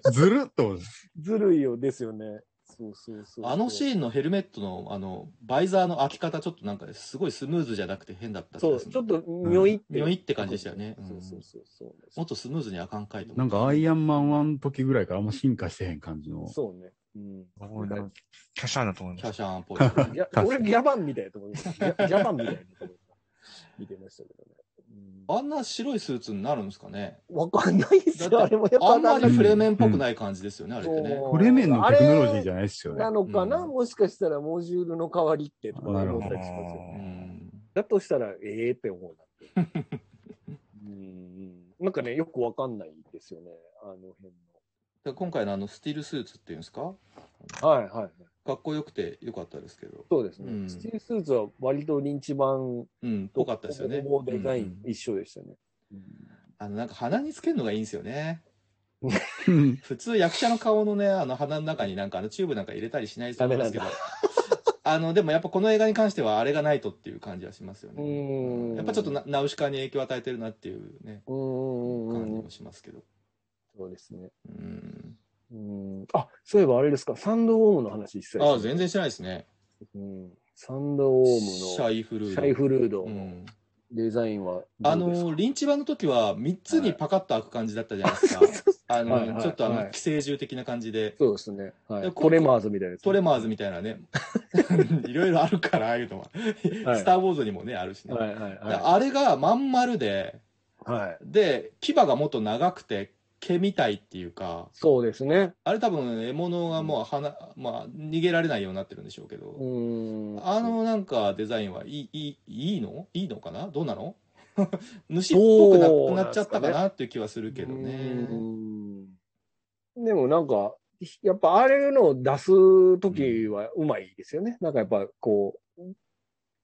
Speaker 3: た。
Speaker 4: ずるっと思いまし
Speaker 3: ずるいよですよね。そうそうそううん
Speaker 1: あの
Speaker 3: ン
Speaker 1: シーンのヘルメットの、あの、バイザーの開き方、ちょっとなんか、すごいスムーズじゃなくて変だった
Speaker 3: そう、
Speaker 1: でする
Speaker 3: ちょっと、にょいって。
Speaker 1: にょいって感じでしたよねうん
Speaker 3: そうそうそうそう。
Speaker 1: もっとスムーズにあかんかいと思
Speaker 4: た。な
Speaker 1: っ
Speaker 4: ん
Speaker 1: て。
Speaker 4: かアイアンマン1の時ぐらいからあんま進化してへん感じの。
Speaker 3: そうね。うん。
Speaker 2: 僕なんかキャシャーだと思いま
Speaker 1: キャ
Speaker 2: す。
Speaker 1: シャーンっぽいですね。
Speaker 3: いや、
Speaker 4: 確かに
Speaker 3: 俺、ギャバンみたいなと思いました。ギャバンみたいなと思いました。見てましたけどね。うん
Speaker 1: あんな白いスーツになるんですかね。
Speaker 3: わかんないで
Speaker 1: だ
Speaker 3: すよ。
Speaker 1: って
Speaker 3: あれもやっぱ
Speaker 1: あ
Speaker 3: わ
Speaker 1: んま
Speaker 3: かんな
Speaker 1: り
Speaker 3: い。
Speaker 1: フレーメンっぽくない感じですよね、あれってね。
Speaker 3: そう
Speaker 4: フレメンのテクノロジーじゃないですよね
Speaker 3: な。のかな、
Speaker 1: うん
Speaker 3: もしかしたらモジュールの代わりってとか
Speaker 4: なる
Speaker 3: 思
Speaker 4: ほ
Speaker 3: っ
Speaker 4: ど
Speaker 3: たりしますよ
Speaker 1: う
Speaker 3: ね。
Speaker 1: ん
Speaker 3: だとしたら、ええって思う なって。うん。なんかね、よくわかんないですよね。あの辺
Speaker 1: で今回のあの、スティールスーツっていうんですか
Speaker 3: の。はいはい。
Speaker 1: かっこよくてよかったですけど。
Speaker 3: そうですね。
Speaker 1: うん
Speaker 3: スティールスーツは割とリンチ版
Speaker 1: うん、ぽかったですよね。
Speaker 3: ほぼデザイ
Speaker 1: うん
Speaker 3: ン一緒でしたね。
Speaker 1: あの、なんか鼻につけるのがいいんですよね。
Speaker 4: うん
Speaker 1: 普通役者の顔のね、あの鼻の中になんかあのチューブなんか入れたりしないと思うんですけど。あの、でもやっぱこの映画に関してはあれがないとっていう感じはしますよ
Speaker 3: う
Speaker 1: ね。
Speaker 3: ん。
Speaker 1: やっぱちょっとなナウシカに影響を与えてるなっていうね、
Speaker 3: うんうんう
Speaker 1: 感じ
Speaker 3: んうん
Speaker 1: も。しますけど。
Speaker 3: そうですね。
Speaker 1: うん。
Speaker 3: うん。あ、そういえばあれですか、サンドウォームの話一切し
Speaker 1: ああ、全然してないですね。
Speaker 3: うん。サンドウォームの
Speaker 1: シャイフルード。
Speaker 3: シャイフルード
Speaker 1: う
Speaker 3: の
Speaker 1: ん。
Speaker 3: デザインは
Speaker 1: あ
Speaker 3: どうですか、
Speaker 1: の、リンチ版の時は3つにパカッと開く感じだったじゃないですか。あ
Speaker 3: はいは
Speaker 1: の、
Speaker 3: い
Speaker 1: ちょっとあ
Speaker 3: は
Speaker 1: の、
Speaker 3: い
Speaker 1: 寄生獣的な感じで。
Speaker 3: そうですね。は
Speaker 1: で
Speaker 3: い。
Speaker 1: こ
Speaker 3: トレマーズみたいなやつ。
Speaker 1: トレマーズみたいな ね、いろいろあるから、ああいうのは。
Speaker 3: はい
Speaker 1: スター・ウォーズにもね、あるしね。
Speaker 3: はいはい
Speaker 1: で
Speaker 3: は
Speaker 1: あれがまん丸で、
Speaker 3: い。はい。
Speaker 1: で、牙がもっと長くて、毛みたいっていうか、
Speaker 3: そうですね。
Speaker 1: あれ多分獲物がもう鼻、まあ、逃げられないようになってるんでしょうけ
Speaker 3: う
Speaker 1: ど、
Speaker 3: ん。
Speaker 1: あ、のなんかデザインはいい、いい、いいのいいのかなどうなの 主っぽ
Speaker 3: ど
Speaker 1: く
Speaker 3: う
Speaker 1: な
Speaker 3: な
Speaker 1: くなっ
Speaker 3: んですかね
Speaker 1: ちゃったかなっていう気はするけどね。
Speaker 3: うんでもなんか、やっぱあれのを出すときはうまいですよね。なんかやっぱこう、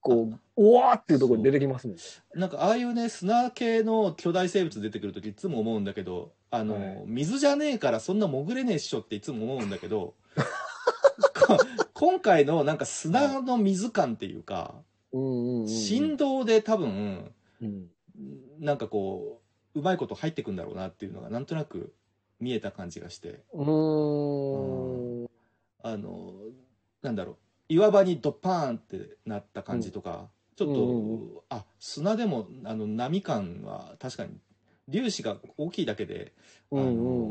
Speaker 3: こう、うわーっていうところに出てきますもんね。
Speaker 1: なんかああいうね砂系の巨大生物出てくるときいつも思うんだけどあの、
Speaker 3: はい
Speaker 1: 水じゃねえからそんな潜れねえっしょっていつも思うんだけ どこ今回のなんか砂の水感っていうか、
Speaker 3: うんうんうん。
Speaker 1: 振動で多分
Speaker 3: うん
Speaker 1: なんかこううまいこと入ってくんだろうなっていうのがなんとなく見えた感じがして
Speaker 3: うーん。
Speaker 1: あのなんだろう岩場にドッパーンってなった感じとか、ちょっと、
Speaker 3: うんうん
Speaker 1: あ砂でもあの波感は確かに粒子が大きいだけで、
Speaker 3: う
Speaker 1: あの
Speaker 3: んう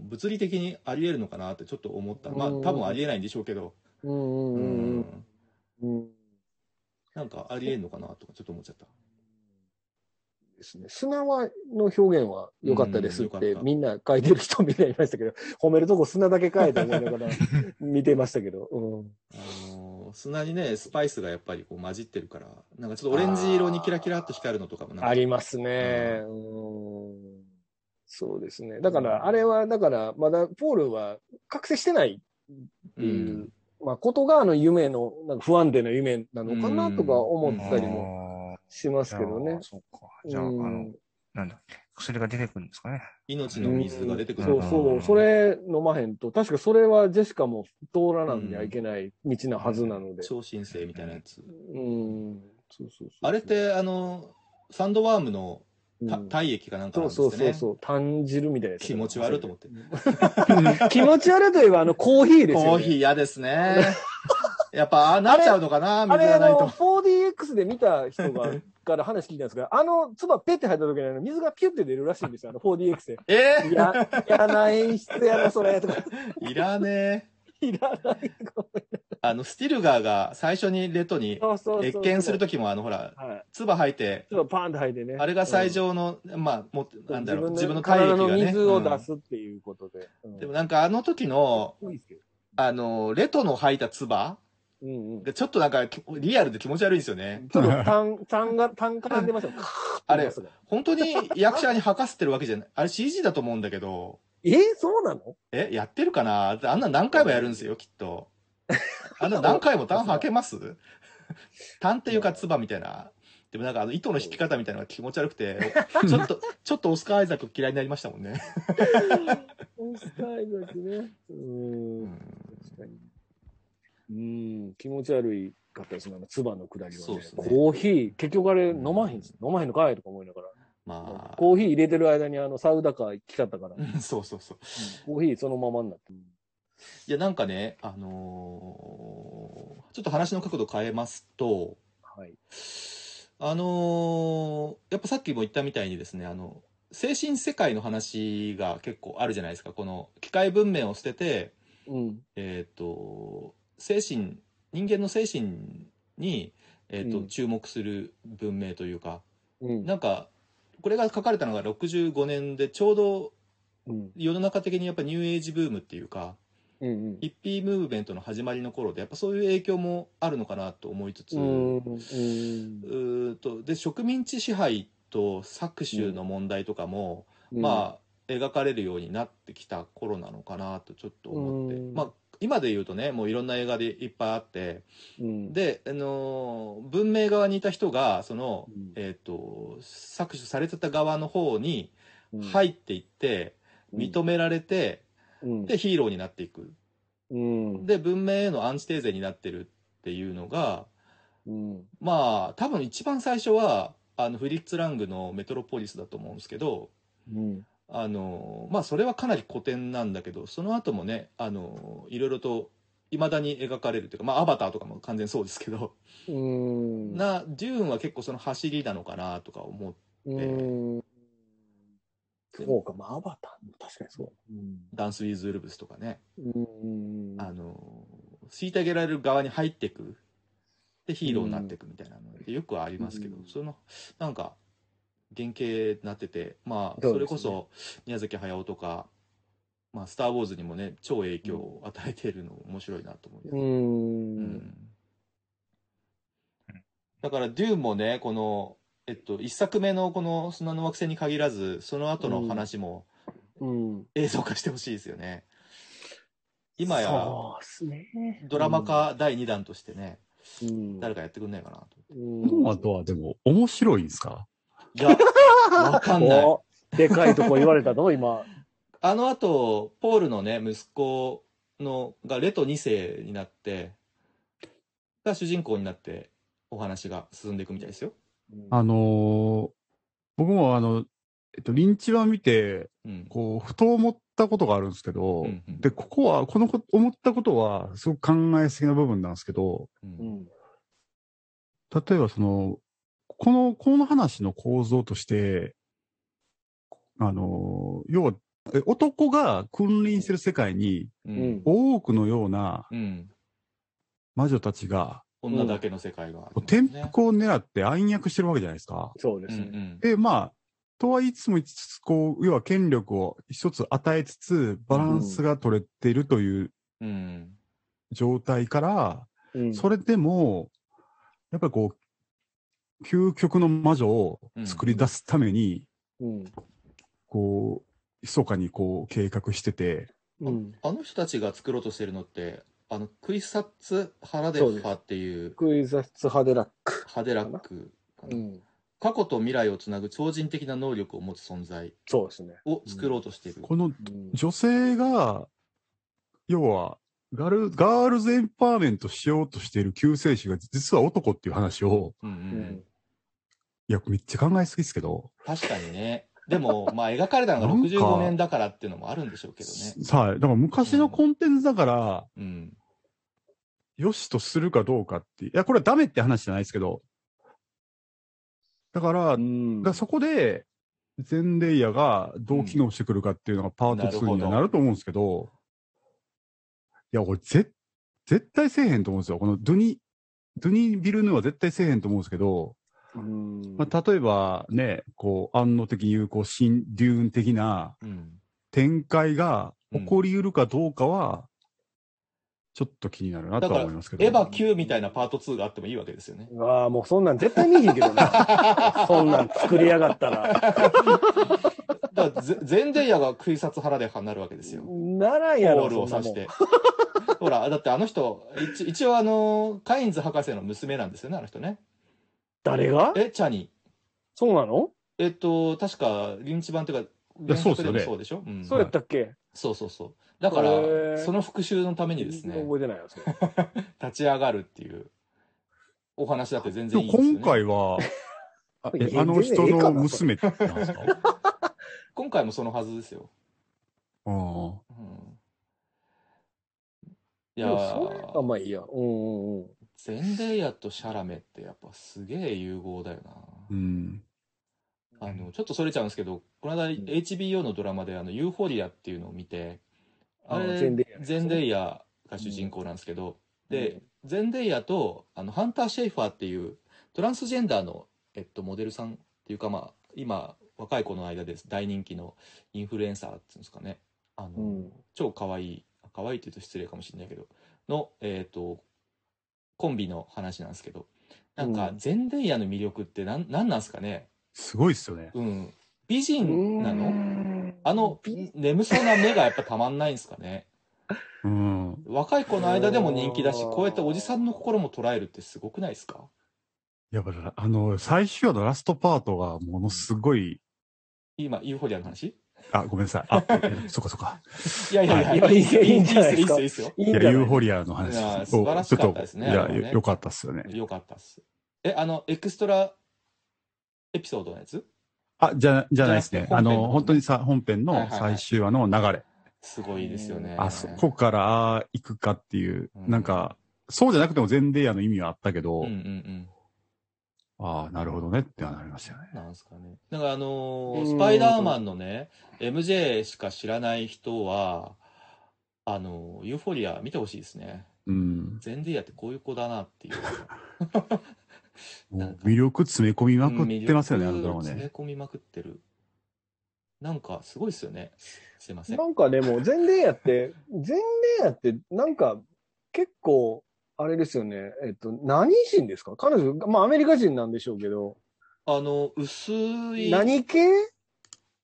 Speaker 3: ん。
Speaker 1: 物理的にありえるのかなってちょっと思ったまあ
Speaker 3: うんうん
Speaker 1: 多分ありえないんでしょうけど、
Speaker 3: うんう
Speaker 1: うん
Speaker 3: うんうん。
Speaker 1: なんかありえんのかなとかちょっと思っちゃった。
Speaker 3: ですね。砂はの表現は良かったですっ
Speaker 1: うん良
Speaker 3: て
Speaker 1: かった
Speaker 3: みんな書いてる人みたいにいましたけど、 褒めるとこ砂だけ書いて思いながら見てましたけど。うん
Speaker 1: あの砂にねスパイスがやっぱりこう混じってるからなんかちょっとオレンジ色にキラキラっと光るのとかもなんか
Speaker 3: ありますね。うんそうですね。だから、あれは、だから、まだ、ポールは覚醒してないっていう、まあ、ことが、あの、夢の、なんか不安定な夢なのかなとか思ったりも
Speaker 2: も。
Speaker 3: しますけどね。
Speaker 2: そうか。じゃあ、あ
Speaker 3: うん
Speaker 2: の、なんだっけ、薬が出てくるんですかね。
Speaker 1: 命の水が出てくる
Speaker 3: そ
Speaker 1: の
Speaker 3: う
Speaker 1: かな
Speaker 3: そう、それ飲まへんと、確かそれはジェシカも通らなきゃいけない道なはずなので。
Speaker 1: 超新星みたいなやつ、
Speaker 3: うん、そうそうそう
Speaker 1: あれっ、てあのサンドワームの
Speaker 3: うん
Speaker 1: た体液かなんか
Speaker 3: そ
Speaker 1: なん
Speaker 3: う
Speaker 1: です
Speaker 3: そ
Speaker 1: よね
Speaker 3: うそうそう、単汁みたいなやつ
Speaker 1: 気持ち悪いと思って
Speaker 3: 気持ち悪いといえば、あの、コーヒーですよ、ね。
Speaker 1: コーヒー嫌ですねやっぱ、ああなっちゃうのかな、
Speaker 3: あ
Speaker 1: 水
Speaker 3: れ、
Speaker 1: が
Speaker 3: あ
Speaker 1: ない
Speaker 3: の、
Speaker 1: と。
Speaker 3: 4DX で見た人が、から話聞いたんですが、あの、唾ペって入った時にあの、水がピュって出るらしいんですよ、あの 4DX で。
Speaker 1: え
Speaker 3: いや、嫌な演出やな、それ、とか。
Speaker 1: ー、いらね
Speaker 3: いらない。
Speaker 1: え。あの、スティルガーが最初にレッドに、
Speaker 3: そうそう
Speaker 1: 越
Speaker 3: そう。
Speaker 1: 見するときも、あの、ほら、
Speaker 3: はい。
Speaker 1: 唾吐いて、
Speaker 3: 唾パーンって吐いてね。
Speaker 1: あれが最上の、まあ、もう、なんだろう、自分の体
Speaker 3: 体
Speaker 1: 液
Speaker 3: の
Speaker 1: がね。
Speaker 3: 水を出
Speaker 1: う
Speaker 3: すっていうことで。
Speaker 1: んでもなんかあの時の、
Speaker 3: いいですけど。
Speaker 1: あの、レトの吐いた唾
Speaker 3: うんうん。
Speaker 1: がちょっとなんかきリアルで気持ち悪いんですよね。
Speaker 3: ちょっと痰、痰が、痰から出ますよ。
Speaker 1: あれ、本当に役者に吐かせてるわけじゃない。あれ CG だと思うんだけど、
Speaker 3: えそう なの
Speaker 1: え、やってるかなあんな何回もやるんですよ、きっと。あんな何回も痰吐けます痰っていうか唾みたいな。でもなんかあの糸の引き方みたいなのが気持ち悪くて、ちょっと、ちょっとオスカー・アイザック嫌いになりましたもんね。
Speaker 3: オスカーアイザックね。う。
Speaker 1: うんん
Speaker 3: 確かに。うん、気持ち悪いかったですね、あの唾のくだりは
Speaker 1: そう
Speaker 3: ね
Speaker 1: です。ね
Speaker 3: コーヒー、結局あれ飲まへんし、飲まへんのかいとか思いながら。
Speaker 1: まあ
Speaker 3: コーヒー入れてる間にあの、サウダカー来ちゃったから、
Speaker 1: うん、そうそうそう。
Speaker 3: コーヒーそのままになって。
Speaker 1: いや、なんかね、あのーちょっと話の角度変えますと、
Speaker 3: はい。
Speaker 1: あのーやっぱさっきも言ったみたいにですね、あの、精神世界の話が結構あるじゃないですか。この機械文明を捨てて、
Speaker 3: うん。
Speaker 1: えっ、と、精神、人間の精神に、えっ、と、
Speaker 3: うん
Speaker 1: 注目する文明というか、
Speaker 3: うん。
Speaker 1: なんか、これが書かれたのが65年で、ちょうど
Speaker 3: うん。
Speaker 1: 世の中的にやっぱニューエイジブームっていうか、
Speaker 3: うん。
Speaker 1: ヒッピームーブメントの始まりの頃で、やっぱそういう影響もあるのかなと思いつつ、
Speaker 3: うん。う。
Speaker 1: うんーんとで植民地支配と搾取の問題とかも、まあ描かれるようになってきた頃なのかなとちょっと思って、
Speaker 3: うん
Speaker 1: まあ今で言うとねもういろんな映画でいっぱいあって
Speaker 3: うん、
Speaker 1: で、あのー文明側にいた人がその、
Speaker 3: うん
Speaker 1: えー、と搾取されてた側の方に
Speaker 3: うん、
Speaker 1: 入っていって、認められて、
Speaker 3: うん、
Speaker 1: でヒーローになっていく
Speaker 3: うん、
Speaker 1: で文明へのアンチテーゼになってるっていうのが
Speaker 3: うん、
Speaker 1: まあ多分一番最初はあのフリッツ・ラングの「メトロポリス」だと思うんですけど
Speaker 3: うん、
Speaker 1: あのまあそれはかなり古典なんだけどその後もねあのいろいろといまだに描かれるというかまあアバターとかも完全にそうですけど、
Speaker 3: うん、
Speaker 1: なデューンは結構その走りなのかなとか思っ
Speaker 3: うん、そうか、まあ、アバターも確かにそう。
Speaker 1: ダンス・ウィズ・ウルブスとかね、
Speaker 3: うん、
Speaker 1: あの虐げられる側に入っていくでヒーローになっていくみたいなのってよくありますけど、
Speaker 3: うん
Speaker 1: そのなんか原型になっててまあ
Speaker 3: そう
Speaker 1: そ
Speaker 3: で
Speaker 1: れ
Speaker 3: すね
Speaker 1: こそ宮崎駿とか「まあ、スター・ウォーズ」にもね超影響を与えているの面白いなと思います
Speaker 3: う、、
Speaker 1: うんんだから「デューン」もねこの、えっと、1作目のこの「砂の惑星」に限らずその後の話も
Speaker 3: うん、
Speaker 1: 映像化してほしいですよね。今や
Speaker 3: そうですね。
Speaker 1: ドラマ化第2弾としてね、
Speaker 3: うん、
Speaker 1: 誰かやってくんないかなと。
Speaker 3: うん、
Speaker 4: この後はでも面白いんですか
Speaker 1: いや、 わかんない。
Speaker 3: おでかいとこ言われたの、今。
Speaker 1: あの後、ポールのね、息子のがレト2世になって、が主人公になって、お話が進んでいくみたいですよ。
Speaker 4: あのー僕もあの、えっと、リンチ版見て、
Speaker 1: うん。
Speaker 4: こう、ふと思ったことがあるんですけど、
Speaker 1: うんうん
Speaker 4: で、ここは、このこ思ったことは、すごく考えすぎな部分なんですけど、
Speaker 1: う
Speaker 3: うんん、
Speaker 4: 例えばその、この、この話の構造として、あの、要は、え男が君臨する世界に、
Speaker 1: う。
Speaker 3: うんん、
Speaker 4: 多くのような
Speaker 1: うん。
Speaker 4: 魔女たちが、
Speaker 1: 女だけの世界があり
Speaker 4: こう
Speaker 1: ますね。
Speaker 4: 転覆を狙って暗躍してるわけじゃないですか。
Speaker 3: そうで
Speaker 1: うん
Speaker 3: す
Speaker 1: う
Speaker 3: ね。
Speaker 1: ん。
Speaker 4: で、まあ、とはいつもいつつ、こう、要は権力を一つ与えつつ、バランスが取れているという
Speaker 1: うん。
Speaker 4: 状態から、
Speaker 3: うん、
Speaker 4: それでも、やっぱりこう、究極の魔女を作り出すために、
Speaker 3: うん、
Speaker 4: こう、密かにこう計画してて、
Speaker 3: うん、
Speaker 1: あの人たちが作ろうとしてるのって、あの、クイサッツ・ハラデ
Speaker 3: そう
Speaker 1: ッ
Speaker 3: です
Speaker 1: ハっていう、
Speaker 3: クイザツハデラック。
Speaker 1: ハデラックか
Speaker 3: う
Speaker 1: な、
Speaker 3: ん、
Speaker 1: 過去と未来をつなぐ超人的な能力を持つ存在
Speaker 3: そうですね。
Speaker 1: を作ろうとしている。
Speaker 4: この
Speaker 3: うん、
Speaker 4: 女性が、要は、ガル、ガールズエンパワーメントしようとしている救世主が実は男っていう話を、
Speaker 1: うんうん
Speaker 3: う
Speaker 1: うん
Speaker 3: ん、
Speaker 4: いや、めっちゃ考えすぎですけど、
Speaker 1: 確かにね。でも、まあ、描かれたのが
Speaker 4: なんか
Speaker 1: 65年だからっていうのもあるんでしょうけどね。
Speaker 4: さあ、だから昔のコンテンツだから、
Speaker 1: うん。
Speaker 4: 良しとするかどうかって、いや、これはダメって話じゃないですけど、だから、だからそこで、全レイヤーがどう機能してくるかっていうのがパート
Speaker 1: なるほど
Speaker 4: 2にはなると思うんですけど、いや、俺ぜ、絶対せえへんと思うんですよ。このドゥニ、ドゥニ・ビルヌーは絶対せえへんと思うんですけど、
Speaker 3: うん
Speaker 4: まあ、例えばね、こう、安納的有効、新デューン的な
Speaker 1: うん。
Speaker 4: 展開が起こりうるかどうかは、ちょっと気になるなとは思いますけど。
Speaker 1: エヴァ9みたいなパート2があってもいいわけですよ ね。
Speaker 3: ああ、もうそんなん絶対見えへんけど な。そんなん作りやがったら。
Speaker 1: だからぜ、全然やが食い殺腹でなるわけですよ。
Speaker 3: ならん
Speaker 1: ポ
Speaker 3: や
Speaker 1: ー
Speaker 3: ろ、
Speaker 1: ルを
Speaker 3: そんな
Speaker 1: 刺し
Speaker 3: もん。
Speaker 1: て。ほら、だってあの人、一一応あの、カインズ博士の娘なんですよね、あの人ね。
Speaker 3: 誰が
Speaker 1: え、チャニー。
Speaker 3: そうなの
Speaker 1: えっと、確か、リンチ版というか、
Speaker 4: やそうっすよ
Speaker 1: 原作
Speaker 4: ね
Speaker 1: でもそうでしょ、うん
Speaker 3: そうやったっけ
Speaker 1: そうそうそう。だから
Speaker 3: へー、
Speaker 1: その復讐のためにですね、
Speaker 3: 覚えてないよ、それ。
Speaker 1: 立ち上がるっていうお話だって全
Speaker 4: で
Speaker 1: 然い
Speaker 4: も
Speaker 1: いんですよ、ね。
Speaker 4: 今回 は、あえ
Speaker 3: いや
Speaker 4: あの人
Speaker 3: 全然ええか
Speaker 4: の
Speaker 3: なそ
Speaker 4: 娘なんですか
Speaker 1: 今回もそのはずですよ。
Speaker 4: うん
Speaker 1: うん、い
Speaker 3: い
Speaker 1: や
Speaker 3: それあ
Speaker 1: ー、
Speaker 3: まあいいや。うんうんうん。
Speaker 1: ゼンデイヤとシャラメってやっぱすげえ融合だよ
Speaker 4: う
Speaker 1: な。
Speaker 4: ん。
Speaker 1: あの、ちょっとそれちゃうんですけど、この間 HBO のドラマであの、ユーフォリアっていうのを見て、あ
Speaker 3: あ
Speaker 1: れ、
Speaker 3: ー
Speaker 1: ゼ
Speaker 3: ゼ
Speaker 1: ン
Speaker 3: ン
Speaker 1: デ
Speaker 3: デ
Speaker 1: イ
Speaker 3: イヤ
Speaker 1: ヤ
Speaker 3: ね
Speaker 1: が主人公なんですけど、
Speaker 3: うん
Speaker 1: で、ゼンデイヤとあのハンター・シェイファーっていうトランスジェンダーの、えっと、モデルさんっていうか、まあ、今若い子の間です大人気のインフルエンサーっていうんですかねあの、
Speaker 3: うん
Speaker 1: 超可愛い可愛いって言うと失礼かもしれないけどの、えっとコンビの話なんですけどなんか
Speaker 3: うん
Speaker 1: ゼンデイヤの魅力ってなんなんなんですかね、
Speaker 4: すごいっすよね。
Speaker 1: うん、美人なの
Speaker 3: の
Speaker 1: あの眠そうな目がやっぱたまんないんですかね
Speaker 4: うん。
Speaker 1: 若い子の間でも人気だし、
Speaker 3: うん
Speaker 1: こうやっておじさんの心も捉えるってすごくないですか
Speaker 4: やっぱ、あの、最終話のラストパートがものすごい、
Speaker 1: 今、ユーフォリアの話
Speaker 4: あ、ごめんなさい。 あ、えそっかそっか。
Speaker 1: いやいやいや、
Speaker 3: はいいやいやいいんじゃない
Speaker 1: い
Speaker 3: で
Speaker 1: よ、
Speaker 3: すか
Speaker 1: いいっすよ、いいっすよ
Speaker 3: いい
Speaker 4: い
Speaker 3: んじゃ
Speaker 4: や、
Speaker 3: ない
Speaker 4: ユーフォリアの話
Speaker 1: いや
Speaker 4: を
Speaker 1: 素晴らしかったですね
Speaker 4: ちょっ
Speaker 1: あ
Speaker 4: と
Speaker 1: れは
Speaker 4: いや、
Speaker 1: ね
Speaker 4: よよかったっすよね。
Speaker 1: よかったっす。え、あの、エクストラエピソードのやつ
Speaker 4: あ、じゃ、じゃないですね。
Speaker 1: じゃ
Speaker 4: あ
Speaker 1: なくて本編の
Speaker 4: の、本当にさ、本編
Speaker 1: はいは
Speaker 4: の
Speaker 1: いはい
Speaker 4: 最終話の流れ。
Speaker 1: すごいですよね。
Speaker 4: あそこからああ行くかっていう、
Speaker 1: うん
Speaker 4: なんか、そうじゃなくても全デイヤーの意味はあったけ
Speaker 1: うん
Speaker 4: ど
Speaker 1: うんう、ん。
Speaker 4: ああ、なるほどねってなりましたよね。
Speaker 1: なんですかね。だからあのー
Speaker 3: うん
Speaker 1: スパイダーマンのね、MJ しか知らない人は、あのーユーフォリア見てほしいですね。
Speaker 4: うん。
Speaker 1: ゼンデイヤってこういう子だなっていう。
Speaker 4: もう魅力詰め込みまくってますよね、
Speaker 1: う
Speaker 4: あ
Speaker 1: ん
Speaker 4: のドラマ
Speaker 1: 魅力詰め
Speaker 4: ね。
Speaker 1: 込みまくってる。なんか、すごいですよね。すいません
Speaker 3: な。んかでも、全レイヤーって、全レイヤーって、なんか、結構、あれですよね。えっと、何人ですか彼女、まあ、アメリカ人なんでしょうけど、
Speaker 1: あの、薄い、
Speaker 3: 何系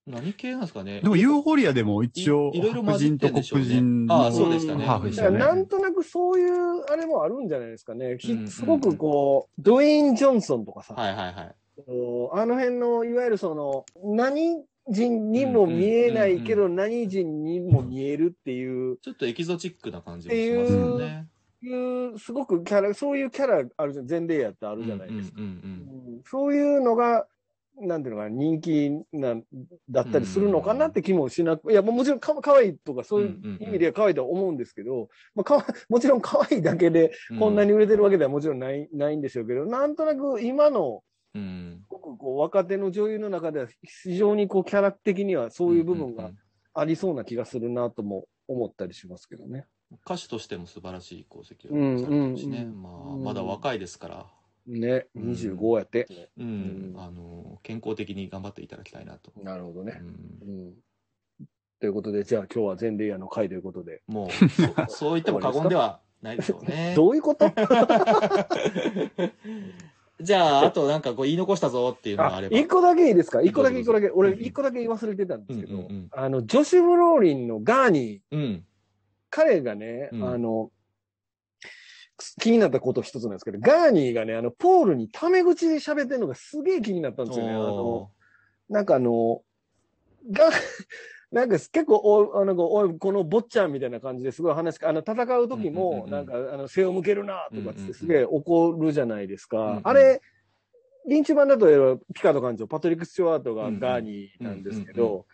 Speaker 1: 何系なんですかね。
Speaker 4: でも、ユーフォリアでも一応、
Speaker 1: いいろいろ混
Speaker 4: 白
Speaker 1: じっ
Speaker 4: 人
Speaker 1: て
Speaker 4: と
Speaker 1: んで
Speaker 4: 黒
Speaker 1: しょうね
Speaker 4: 人の
Speaker 1: ああそうでしたね
Speaker 4: ハーフでし
Speaker 3: だ
Speaker 4: た
Speaker 3: か
Speaker 4: よ
Speaker 3: ら
Speaker 4: ね。
Speaker 3: なんとなくそういう、あれもあるんじゃないですかね。ひ
Speaker 1: うんうん
Speaker 3: すごくこう、ドウェイン・ジョンソンとかさ、
Speaker 1: はいはいはい。
Speaker 3: こうあの辺の、いわゆるその、何人にも見えないけど、何人にも見えるっていう、
Speaker 1: ちょっとエキゾチックな感じもしますよね。
Speaker 3: いうすごくキャラ、そういうキャラあるじゃん。全レイヤーってあ
Speaker 1: あ
Speaker 3: るじゃないですか。
Speaker 1: うんうんうんうん
Speaker 3: うんそういうのが、なんていうのかな、人気なんだったりするのかなって気もしなく、いや、もうもちろんか可愛いとかそうい
Speaker 1: んうん
Speaker 3: う
Speaker 1: うん
Speaker 3: 意味では可愛いとは思うんですけど、まあかわ もちろん可愛いだけで
Speaker 1: う
Speaker 3: こんなに、売れてるわけではもちろんない,、ないんでしょうけど、なんとなく今の
Speaker 1: うん、
Speaker 3: ごくこう若手の女優の中では非常にこうキャラ的にはそういう部分
Speaker 1: ん
Speaker 3: が
Speaker 1: ん
Speaker 3: ありそうな気がするなとも思ったりしますけどね。
Speaker 1: うん歌手としても素晴らしい功績を残されてるしね、
Speaker 3: うんうんうん
Speaker 1: まあ
Speaker 3: うん
Speaker 1: まだ若いですから、
Speaker 3: ね、
Speaker 1: うん
Speaker 3: 25やって。
Speaker 1: うん
Speaker 3: うん
Speaker 1: あの健康的に頑張っていただきたいなと、
Speaker 3: なるほど
Speaker 1: う、
Speaker 3: ね。うんんということで、じゃあ今日は全レイヤーの回ということで。
Speaker 1: も うそそう言っても過言ではないでしょうね
Speaker 3: どういうこと
Speaker 1: じゃああとなんかこう言い残したぞっていうのがあ
Speaker 3: あ
Speaker 1: れば
Speaker 3: 一個だけいいですか一個だけ
Speaker 1: どう
Speaker 3: 一
Speaker 1: ぞ
Speaker 3: 個
Speaker 1: ど
Speaker 3: だ
Speaker 1: うぞ
Speaker 3: け。俺
Speaker 1: うん
Speaker 3: 一個だけ忘れてたんですけ
Speaker 1: うんうん
Speaker 3: ど
Speaker 1: うん、
Speaker 3: あの、ジョシュ・ブローリンのガーニー、
Speaker 1: うん
Speaker 3: 彼がね、
Speaker 1: うん
Speaker 3: あの、気になったこと一つなんですけど、ガーニーがね、あの、ポールにタメ口で喋ってるのがすげえ気になったんですよね。あの、
Speaker 1: お
Speaker 3: なんかあの、が、 なんか結構お、あのおい、この坊ちゃんみたいな感じですごい話し、あの、戦う時も、
Speaker 1: うんうんうんう
Speaker 3: なんんか、あの、背を向けるなとかっ
Speaker 1: うんうん
Speaker 3: つっ
Speaker 1: うん
Speaker 3: てすげえ怒るじゃないです
Speaker 1: うんう
Speaker 3: か
Speaker 1: ん。
Speaker 3: あれ、リンチ版だと、ピカの感じのパトリック・スチュワートがガーニーなんですけ
Speaker 1: うんうんうん
Speaker 3: ど、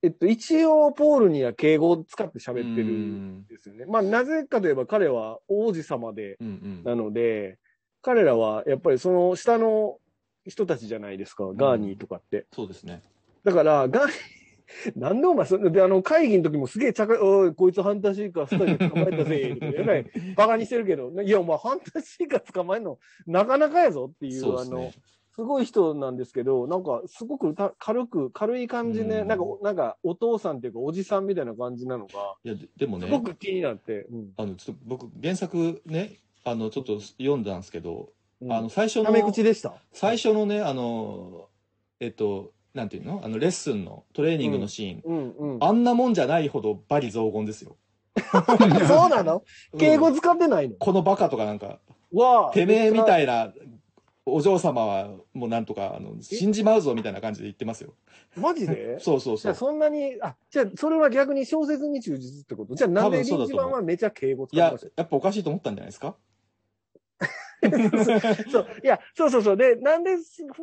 Speaker 3: えっと、一応、ポールには敬語を使って喋ってる
Speaker 1: うんん
Speaker 3: ですよね。まあ、なぜかといえば彼は王子様で、
Speaker 1: うんう。
Speaker 3: なんので、彼らはやっぱりその下の人たちじゃないですか、ガーニーとかって。
Speaker 1: そうですね。
Speaker 3: だから、ガーニ ー、なんでお前それ、で、あの、会議の時もすげえちゃか、おい、こいつハンタシーカースタジオ捕まえたぜ、とか、えらい、バカにしてるけど、いや、お前ハンタシーカー捕まえるの、なかなかやぞっていう、
Speaker 1: そうで
Speaker 3: あ
Speaker 1: す
Speaker 3: の
Speaker 1: ね、。
Speaker 3: すごい人なんですけど、なんか、すごくた軽く、軽い感じで、
Speaker 1: うん
Speaker 3: なんか、なんか、お父さんっていうか、おじさんみたいな感じなのが、
Speaker 1: いや、ででも
Speaker 3: す
Speaker 1: ね、
Speaker 3: ごく気になって、うん
Speaker 1: あの、ちょっと僕、原作ね、あの、ちょっと読んだんですけど、
Speaker 3: うん
Speaker 1: あの、最初の、
Speaker 3: タメ口でした。
Speaker 1: 最初のね、あの、えっと、なんていうのあの、レッスンの、トレーニングのシーン。
Speaker 3: うんうん。
Speaker 1: あんなもんじゃないほどバリ雑言ですよ。
Speaker 3: そうなの敬
Speaker 1: う
Speaker 3: 語
Speaker 1: ん
Speaker 3: 使ってないの
Speaker 1: このバカとかなんか、
Speaker 3: わあ。
Speaker 1: てめえみ
Speaker 3: い。
Speaker 1: たいな、お嬢様はもうなんとか、あの、死んじまうぞみたいな感じで言ってますよ。
Speaker 3: マジで
Speaker 1: そうそう
Speaker 3: じ
Speaker 1: そ
Speaker 3: ゃあ
Speaker 1: う。
Speaker 3: そんなに、あ、じゃあそれは逆に小説に忠実ってことじゃあなん
Speaker 1: 多
Speaker 3: で
Speaker 1: 分そうだ
Speaker 3: 臨
Speaker 1: と
Speaker 3: 時
Speaker 1: 思う
Speaker 3: 版はめちゃ敬語使
Speaker 1: い
Speaker 3: い
Speaker 1: や
Speaker 3: まし、
Speaker 1: やっぱおかしいと思ったんじゃない ですか
Speaker 3: たそう、いや、そうそうそう。で、なんで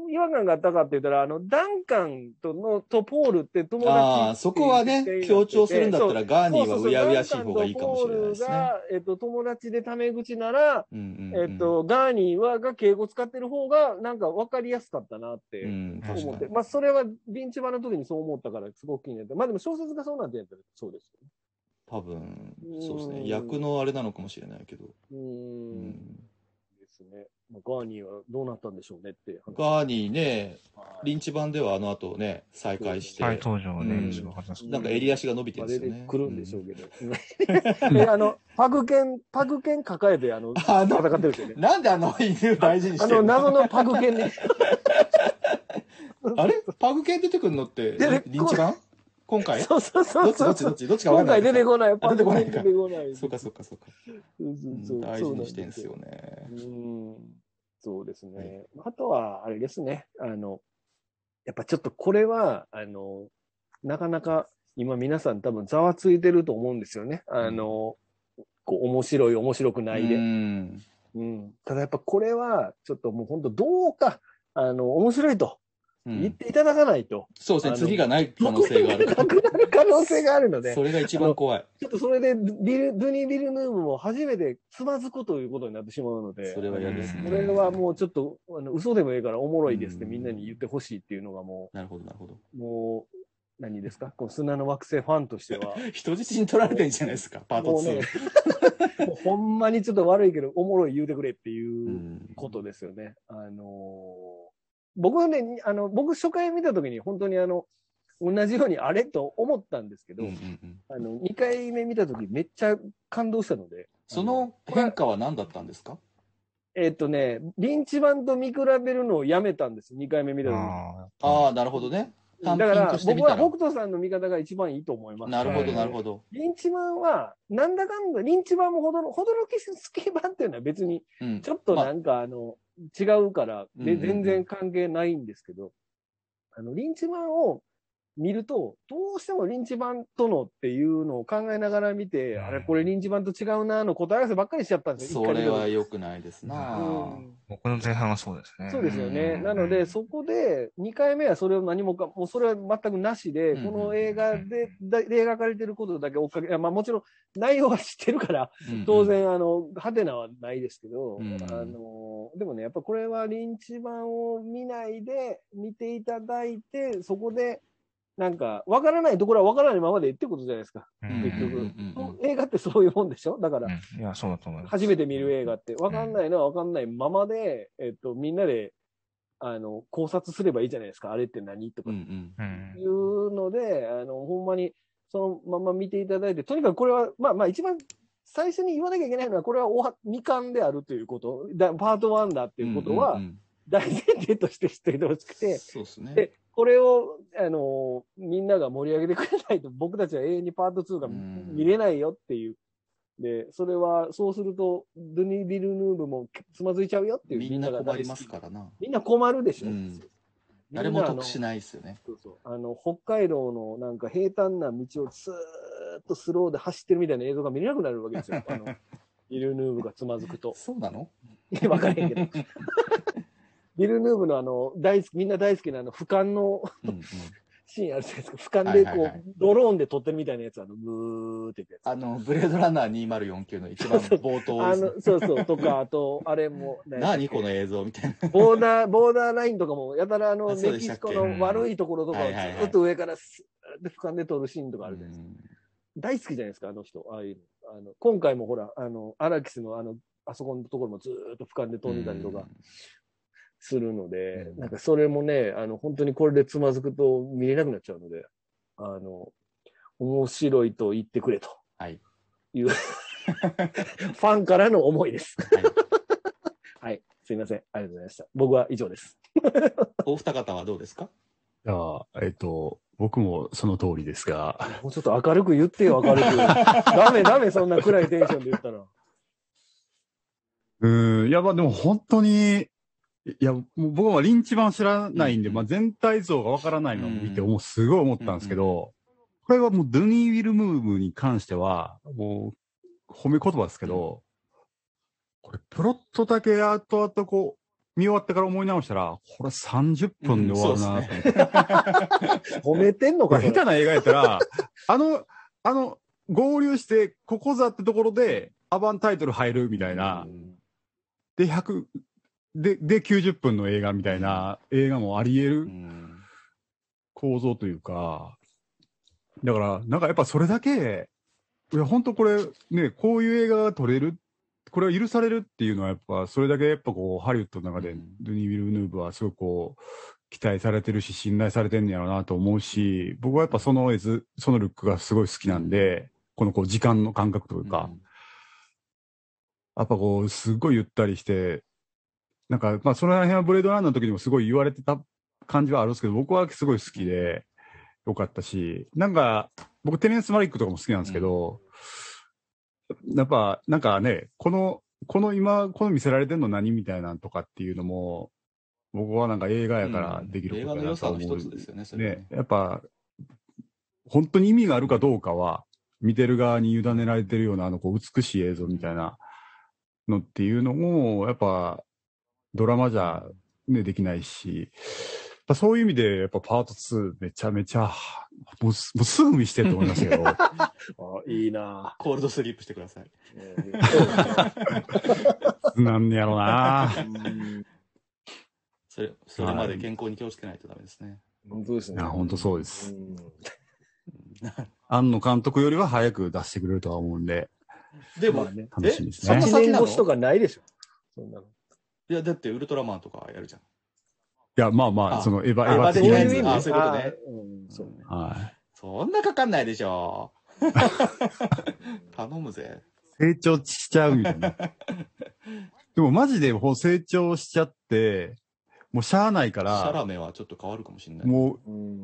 Speaker 3: 違和感があったかって言ったら、あの、ダンカンとの、とポールって友達
Speaker 1: ああー、そこはね、強調するんだったらガーニーはうやうやしい方がいいかもしれないですね。
Speaker 3: そうそうそうダンカンとポールが、えっと、友達でタメ口なら、
Speaker 1: うんうんう
Speaker 3: え
Speaker 1: ん
Speaker 3: っ、と、ガーニーは、が敬語使ってる方が、なんか分かりやすかったなって。
Speaker 1: うん、確
Speaker 3: 思っ
Speaker 1: か
Speaker 3: て、
Speaker 1: に。
Speaker 3: まあ、それは、ビンチ版の時にそう思ったから、すごく気になって、まあでも小説がそうなんてやったら、そうですよね。
Speaker 1: 多分、そうです
Speaker 3: う
Speaker 1: ね。
Speaker 3: ん
Speaker 1: 役のあれなのかもしれないけど。
Speaker 3: うー、
Speaker 1: うんん、
Speaker 3: ですね。まあ、ガーニーはどうなったんでしょうねっていう話。
Speaker 1: ガーニーね、
Speaker 3: はい
Speaker 1: リンチ版ではあの後ね、再会して、
Speaker 2: 再登場
Speaker 1: う
Speaker 2: ね、
Speaker 1: ん
Speaker 2: すごかったです
Speaker 1: なんか襟足が伸びてる
Speaker 3: ま
Speaker 1: んで
Speaker 3: あ
Speaker 1: す
Speaker 3: 出
Speaker 1: よ
Speaker 3: て
Speaker 1: ね。
Speaker 3: くるんでしょうけど。え、 あの、パグ犬、パグ犬抱えて、あの、戦
Speaker 1: あの
Speaker 3: ってるんですよね
Speaker 1: うん。なんであの犬大事に
Speaker 3: あ
Speaker 1: してる
Speaker 3: の、
Speaker 1: の
Speaker 3: 謎のパグ 犬ね。
Speaker 1: あれパグ系出てくるのって
Speaker 3: 出てこ、
Speaker 1: リンチ版今回
Speaker 3: そうそう
Speaker 1: ど
Speaker 3: そ
Speaker 1: っちどっ
Speaker 3: うそう。
Speaker 1: ちどっちどっちかわか
Speaker 3: 今
Speaker 1: んない。
Speaker 3: 回出てこない。
Speaker 1: あ出
Speaker 3: パ
Speaker 1: て
Speaker 3: グ
Speaker 1: こない
Speaker 3: 犬
Speaker 1: か
Speaker 3: 出てこない。
Speaker 1: そうかそうかそうか。
Speaker 3: そう
Speaker 1: う
Speaker 3: そうんそう
Speaker 1: 大事にして
Speaker 3: そうんな
Speaker 1: すよね
Speaker 3: う。ーんそうですね。あとは、あれですね。あの、やっぱちょっとこれは、あの、なかなか今皆さん多分ざわついてると思うんですよね。あの、こう面白い、面白くないで。
Speaker 1: うん
Speaker 3: うんただやっぱこれは、ちょっともう本当どうか、あの、面白いと
Speaker 1: う
Speaker 3: 言っ
Speaker 1: ん、
Speaker 3: ていただかないと、
Speaker 1: そうですね、
Speaker 3: あの
Speaker 1: 次がない可能性がある
Speaker 3: なくなる 可能性があるので、
Speaker 1: それが一番怖い。
Speaker 3: ちょっとそれでビル、ドゥニ・ビルヌーブも初めてつまずくということになってしまうので、
Speaker 1: それは嫌ですね。
Speaker 3: これはもうちょっと、あの嘘でもいいからおもろいですってみんなに言ってほしいっていうのがも
Speaker 1: なるほど、なるほど。
Speaker 3: う、もう、何ですかこの砂の惑星ファンとしては。
Speaker 1: 人質に取られてるじゃないで すか、パート
Speaker 3: もうね
Speaker 1: 2。、
Speaker 3: もうほんまにちょっと悪いけど、おもろい言うてくれって
Speaker 1: う
Speaker 3: いうんことですよね。あのー僕はね、あの、僕初回見た時に本当にあの、同じようにあれと思ったんですけ
Speaker 1: う
Speaker 3: ど、
Speaker 1: んうんうん
Speaker 3: あの、2回目見た時めっちゃ感動したので。
Speaker 1: その変化は何だったんですか
Speaker 3: えっとね、リンチ版と見比べるのをやめたんです。2回目見た時に。
Speaker 2: あ
Speaker 1: ああ、なるほどね。
Speaker 3: だ
Speaker 1: 単
Speaker 3: か
Speaker 1: 品と
Speaker 3: ら
Speaker 1: してみ
Speaker 3: 僕
Speaker 1: た
Speaker 3: は
Speaker 1: ら。
Speaker 3: 北斗さんの見方が一番いいと思います。
Speaker 1: なるほど、
Speaker 2: うん
Speaker 1: なるほど。
Speaker 3: リンチマンは、なんだかんだ、リンチマンもほどろ、ほどろきスキー版っていうのは別に、
Speaker 1: うん
Speaker 3: ちょっとなんかあの、違うから、
Speaker 1: うん
Speaker 3: で、
Speaker 1: うんうん
Speaker 3: 全然関係ないんですけど、あの、リンチマンを見ると、どうしてもリンチマンとのっていうのを考えながら見て、
Speaker 2: うん
Speaker 3: あれ、これリンチマンと違うな、の答え合わせばっかりしちゃったんですよ。
Speaker 1: それは
Speaker 3: 一
Speaker 1: 良くないですな
Speaker 3: 回目の時うん
Speaker 2: 僕の前半はそうですね。
Speaker 3: そうですよね。
Speaker 1: うん
Speaker 3: なので、そこで、2回目はそれを何もか、もうそれは全くなしで、
Speaker 1: うん
Speaker 3: この映画で、だで描かれてることだけ追っかけ、いやまあもちろん内容は知ってるから、当。然、あの、派手なはないですけど、
Speaker 1: うん
Speaker 3: あの、でもね、やっぱこれはリンチ版を見ないで、見ていただいて、そこで、なんか、わからないところはわからないままでってことじゃないですか。
Speaker 2: うん
Speaker 3: 結局
Speaker 1: うんうんうん
Speaker 3: 映画ってそういうもんでしょだから、
Speaker 2: うんいや、そうだと思います。
Speaker 3: 初めて見る映画って、わかんないのはわかんないままで、えっと、みんなで、あの、考察すればいいじゃないですか。あれって何とか
Speaker 1: うんう、ん
Speaker 2: う
Speaker 3: い
Speaker 2: ん。
Speaker 3: うので、あの、ほんまに、そのまま見ていただいて、とにかくこれは、まあまあ一番最初に言わなきゃいけないのは、これはおは未完であるということ、だパート1だって
Speaker 1: うん。
Speaker 3: いううんことは
Speaker 1: うんうん、
Speaker 3: 大前提として知っておいてほしくて、
Speaker 1: そうですね
Speaker 3: で。これを、あの、みんなが盛り上げてくれないと、僕たちは永遠にパート2が
Speaker 1: うん
Speaker 3: 見れないよっていう。で、それは、そうすると、ドゥニ・ビルヌーブもつまずいちゃうよっていう。
Speaker 1: みんな
Speaker 3: が
Speaker 1: 困ります
Speaker 3: ら。
Speaker 1: からな。
Speaker 3: みんな困るでしょ。
Speaker 1: うん誰も得し
Speaker 3: い。
Speaker 1: ないですよね。
Speaker 3: そうそうあの、北海道のなんか平坦な道をずーっとスローで走ってるみたいな映像が見れなくなるわ けですよ。あの、ビルヌーブがつまずくと。
Speaker 1: そうなの
Speaker 3: わかれへんけど。 ビルヌーブのあの、大好き、みんな大好きなあの、俯瞰の
Speaker 1: うんうん
Speaker 3: シーンあるじゃないですか。俯瞰でこう、
Speaker 1: はいはいはい
Speaker 3: ドローンで撮ってるみたいなやつ、あの、ブーってやつ。
Speaker 1: あの、ブレードランナー2049の一番冒頭で
Speaker 3: あ
Speaker 1: すね、
Speaker 3: の、 そうそう、とか、あと、あれも、ね
Speaker 1: 何この映像みたいな。
Speaker 3: ボーダー、ボーダーラインとかも、やたらあの、
Speaker 1: あ
Speaker 3: メ
Speaker 1: そうで
Speaker 3: キ
Speaker 1: した
Speaker 3: シ
Speaker 1: っけ
Speaker 3: コの悪いところとかを
Speaker 1: う
Speaker 3: ず
Speaker 1: んはいはいはい
Speaker 3: っと上からスーッて俯瞰で撮るシーンとかあるじゃないですか
Speaker 1: うん
Speaker 3: 大好きじゃないですか、あの人。ああいうの。あの今回もほら、あの、アラキスのあの、あそこのところもずーっと俯瞰で飛んでたりとかするので、
Speaker 1: うん
Speaker 3: なんかそれもね、あの、本当にこれでつまずくと見れなくなっちゃうので、あの、面白いと言ってくれと。
Speaker 1: はい。
Speaker 3: いう、ファンからの思いです。
Speaker 1: はい
Speaker 3: はい。すいません。ありがとうございました。僕は以上です。
Speaker 1: お二方はどうですか
Speaker 4: じゃあ、えっ、と、僕もその通りですが、
Speaker 3: もうちょっと明るく言ってよ、明るく。 ダメダメ、そんな暗いテンションで言ったら。
Speaker 4: うーん、いや、まあでも本当に、いや、もう僕はリンチ版知らないんで、
Speaker 1: うん
Speaker 4: まあ全体像がわからないのを見て、
Speaker 1: うん
Speaker 4: もうすごい思ったんですけど、これはもうドゥニー・ウィル・ムーブに関しては、もう褒め言葉ですけど、これプロットだけ後々こう、見終わってから思い直したら、これ30分で終わるなと思って、
Speaker 3: 褒めてんの
Speaker 4: こ
Speaker 3: か、
Speaker 4: れ
Speaker 3: それ
Speaker 4: 下手な映画やったら、 あの、あの、合流して、ここざってところで、アバンタイトル入るみたいな
Speaker 1: う、ん
Speaker 4: で、100、で、で、90分の映画みたいな映画もあり
Speaker 1: う
Speaker 4: 得る
Speaker 1: ん
Speaker 4: 構造というか、だから、なんかやっぱそれだけ、いや、本当これ、ね、こういう映画が撮れる、これは許されるっていうのは、やっぱ、それだけやっぱこう、ハリウッドの中で、
Speaker 1: うん
Speaker 4: ドゥニー・ウィル・ヌーブはすごくこう、期待されてるし、信頼されてんねやろうなと思うし、僕はやっぱその絵図、そのルックがすごい好きなんで、このこう、時間の感覚というか、やっぱこう、すごいゆったりして、なんか、まあ、その辺はブレードランナーの時にもすごい言われてた感じはあるんですけど、僕はすごい好きで、よかったし、なんか、僕、テレンス・マリックとかも好きなんですけど、やっぱ、なんかね、この、この今、この見せられてるの何みたいなんとかっていうのも、僕はなんか映画やからできる
Speaker 1: 映
Speaker 4: こ
Speaker 1: 画
Speaker 4: と
Speaker 1: の良
Speaker 4: だなと
Speaker 1: さ
Speaker 4: 思
Speaker 1: の
Speaker 4: う
Speaker 1: 一つですよね、それは
Speaker 4: ね、やっぱ、本当に意味があるかどうかは、見てる側に委ねられてるような、あの、こう、美しい映像みたいなのっていうのも、やっぱ、ドラマじゃ、ね、できないし、やっぱそういう意味で、やっぱパート2めちゃめちゃ、もうすもうすぐ見してると思いますけど、
Speaker 3: あい いな
Speaker 1: コールドスリープしてください。
Speaker 3: ぁ。
Speaker 4: なんやろうな
Speaker 1: それ、それまで健康に気をつけないとダメですね。
Speaker 3: 本当です
Speaker 4: い
Speaker 3: ね。
Speaker 4: や、本当そうです。
Speaker 3: うん
Speaker 4: 庵野監督よりは早く出してくれるとは思うんで、
Speaker 1: で
Speaker 3: ま
Speaker 1: も
Speaker 3: あ、ね
Speaker 4: 楽しみです
Speaker 1: え
Speaker 3: そん
Speaker 4: ね
Speaker 3: な。
Speaker 1: 先
Speaker 3: 先
Speaker 1: な
Speaker 3: 越
Speaker 1: の
Speaker 3: しとかないでしょ。そんなの。
Speaker 1: いや、だってウルトラマンとかやるじゃん。
Speaker 4: いや、まあまあ、
Speaker 1: あ
Speaker 4: その、エヴ
Speaker 1: あ
Speaker 4: ァ、エヴァ
Speaker 1: そ
Speaker 4: 的
Speaker 1: う
Speaker 4: な
Speaker 1: いう
Speaker 4: や
Speaker 1: 意味あ
Speaker 4: つ
Speaker 1: そういうことね
Speaker 3: あうん、そうね。
Speaker 4: は
Speaker 1: そんなかかんないでしょ。 頼むぜ。
Speaker 4: い。成長しちゃうみたいな。でもマジでほう成長しちゃって、もうしゃあないか
Speaker 1: シャラ
Speaker 4: ら、
Speaker 1: メはちょっと変わるかもしれない。
Speaker 4: もう
Speaker 3: うん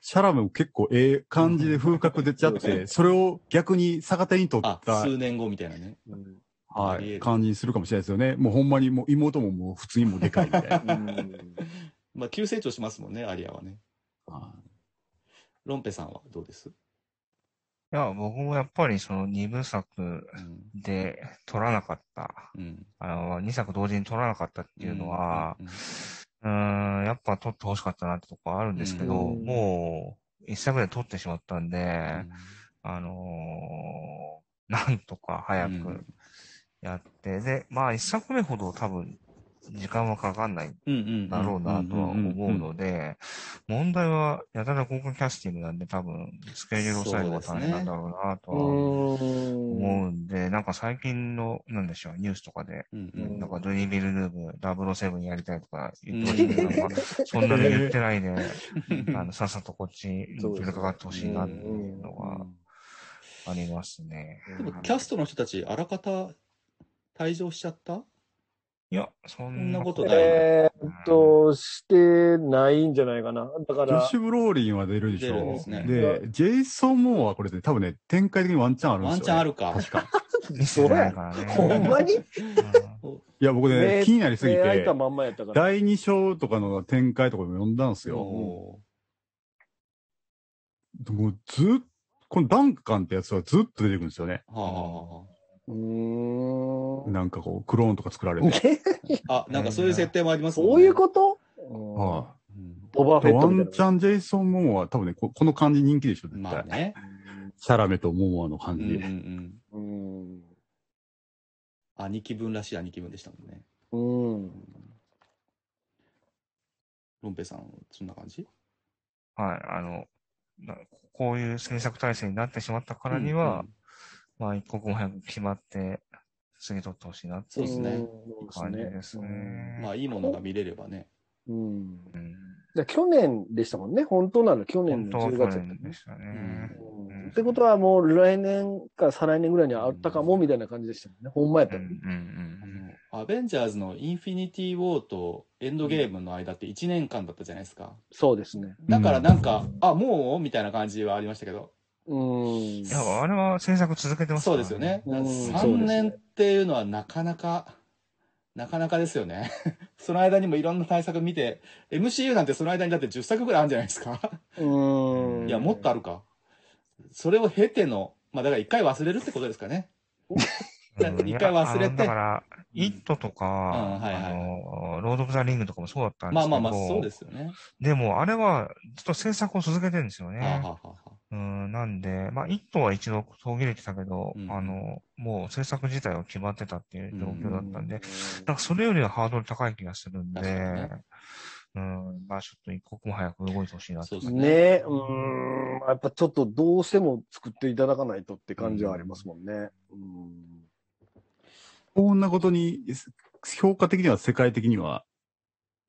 Speaker 4: シャラメも結構ええ感じで風格出ちゃっ
Speaker 3: う
Speaker 4: て、それを逆に逆手に取
Speaker 1: あ
Speaker 4: っ、た、
Speaker 1: 数年後みたいなね。
Speaker 3: うん
Speaker 4: は
Speaker 1: ありえ
Speaker 4: い、
Speaker 1: る
Speaker 4: 感じにするかもしれないですよね。もうほんまにもう妹ももう普通にもうでかいみたいな。
Speaker 3: うん
Speaker 1: まあ、急成長しますもんね、アリアはね。ロンペさんはどうです、
Speaker 2: いや、僕もやっぱりその二部作
Speaker 1: うん
Speaker 2: で撮らなかった、
Speaker 1: うん
Speaker 2: あの、二作同時に撮らなかったっていうのは、
Speaker 1: うん
Speaker 2: うーん、やっぱ撮ってほしかったなってとこあるんですけど、
Speaker 3: うん
Speaker 2: もう一作で撮ってしまったんで、
Speaker 1: うん
Speaker 2: あのーなんとか早
Speaker 1: うん
Speaker 2: くやって、で、まあ一作目ほど多分時間はかかんないん
Speaker 1: うんうん
Speaker 2: だろうなとは思うので、問題はやたら豪華キャスティングなんで多分スケジュール抑えるのが大変なんだろうなとは思うんで、なんか最近の、なんでしょう、ニュースとかで、
Speaker 1: うんう
Speaker 3: うんん
Speaker 2: なんかドゥニー・ビルヌーブ、007やりたいとか言ってましたけど、まあ そんなの言ってないで、あの、さっさとこっちに取りかかってほしいなっていうのがありますね。
Speaker 1: でもキャストの人たち、あらかた退場しちゃった
Speaker 2: いや、そ
Speaker 1: そ
Speaker 2: ん
Speaker 1: ん
Speaker 2: な
Speaker 1: な
Speaker 2: こ
Speaker 1: こととない。
Speaker 3: えーっと、してないんじゃないかな。だか
Speaker 4: ジョ
Speaker 3: ら
Speaker 4: シ、ュ・ブローリンは出るでし
Speaker 1: 出るん
Speaker 4: ょ
Speaker 1: ですね
Speaker 4: で、ジェイソン・モアはこれで多分ね、展開的にワンチャンあるんですよ、
Speaker 1: ワンチャンあ。るか。
Speaker 4: 確か。
Speaker 2: 見せてないからね。
Speaker 3: ほんまに
Speaker 4: いや、僕ね
Speaker 3: 目、
Speaker 4: 気になりすぎ
Speaker 3: 目開い
Speaker 4: て
Speaker 3: た、まんまやったから。
Speaker 4: 第2章とかの展開とかも読んだんですよ。
Speaker 1: お
Speaker 4: もうずっこのダンカンってやつはずっと出てくるんですよね。
Speaker 1: ーはあはあは
Speaker 3: うーん。
Speaker 4: なんかこう、クローンとか作られて。
Speaker 1: ああ、なんかそういう設定もありますもん
Speaker 3: そういうこと
Speaker 4: は
Speaker 1: うん
Speaker 3: ボバフェッ
Speaker 4: ワ
Speaker 3: トみたいな。
Speaker 4: ンチャンジェイソン・モモア、多分ね、ここの感じ人気でしょ、絶対。
Speaker 1: まあね。
Speaker 4: シャラメとモモアの
Speaker 1: う
Speaker 4: 感
Speaker 1: ん
Speaker 4: じ。
Speaker 1: うんうん。
Speaker 3: うん。
Speaker 1: 兄貴分らしい兄貴分でしたもんね。
Speaker 3: うん。
Speaker 1: ロンペさん、そんな感じ
Speaker 2: はい、あの、なこういう制作体制になってしまったからには、まあ、一刻も早く決まって、次取ってほしいなって
Speaker 1: そうですね
Speaker 3: ん
Speaker 2: 感じですね。
Speaker 1: まあ、いいものが見れればね。
Speaker 3: うん。だか
Speaker 2: うん
Speaker 3: ら去年でしたもんね。本当なの去
Speaker 2: 本
Speaker 3: 年
Speaker 2: 当
Speaker 3: の
Speaker 2: は去
Speaker 3: 10月だった
Speaker 2: 年でしたね。
Speaker 3: う
Speaker 2: うん
Speaker 3: んってことはもう来年か再来年ぐらいにはあったかもみたいな感じでしたもんね。ほんまやっ
Speaker 2: う
Speaker 3: た
Speaker 2: ん
Speaker 3: ね。
Speaker 1: あ
Speaker 2: うん
Speaker 1: の、アベンジャーズのインフィニティ・ウォーとエンドゲームの間って1年間だったじゃないですか。
Speaker 3: そうですね。
Speaker 1: だからなんか、あ、もうみたいな感じはありましたけど。
Speaker 3: うん。
Speaker 2: うん。いや、あれは制作続けてますか
Speaker 1: そう
Speaker 2: ら
Speaker 1: ですよね。
Speaker 3: うん
Speaker 1: 3年っていうのはなかなか、なかなかですよね。 その間にもいろんな対策見て、MCU なんてその間にだって10作ぐらいあるんじゃないですか。
Speaker 3: うん。
Speaker 1: いや、もっとあるか。それを経ての、まあだから一回忘れるってことですかね。
Speaker 2: うん
Speaker 1: 一回忘れて
Speaker 2: いやあのだから、イットと
Speaker 1: うん
Speaker 2: か、
Speaker 1: はいはい
Speaker 2: あの、ロード・オブ・ザ・リングとかもそうだったんで
Speaker 1: ますあ
Speaker 2: けど、
Speaker 1: まあまあ、そうですよね。
Speaker 2: でも、あれは、ずっと制作を続けてるんですよ
Speaker 1: はあは
Speaker 2: ね。
Speaker 1: あはあはあ
Speaker 2: うん、なんで、まあ、一頭は一度途切れてたけど、
Speaker 1: うん
Speaker 2: あの、もう制作自体は決まってたっていう状況だったんで、なん
Speaker 3: あ
Speaker 2: かそれよりはハードル高い気がするんで、
Speaker 1: 確かにね
Speaker 2: うん、まあちょっと一刻も早く動いてほしいな
Speaker 1: そう
Speaker 2: と。
Speaker 1: ですね。
Speaker 3: ねえ、うん。やっぱちょっとどうしても作っていただかないとって感じはありますもんね。うん。
Speaker 4: こんなことに、評価的には世界的には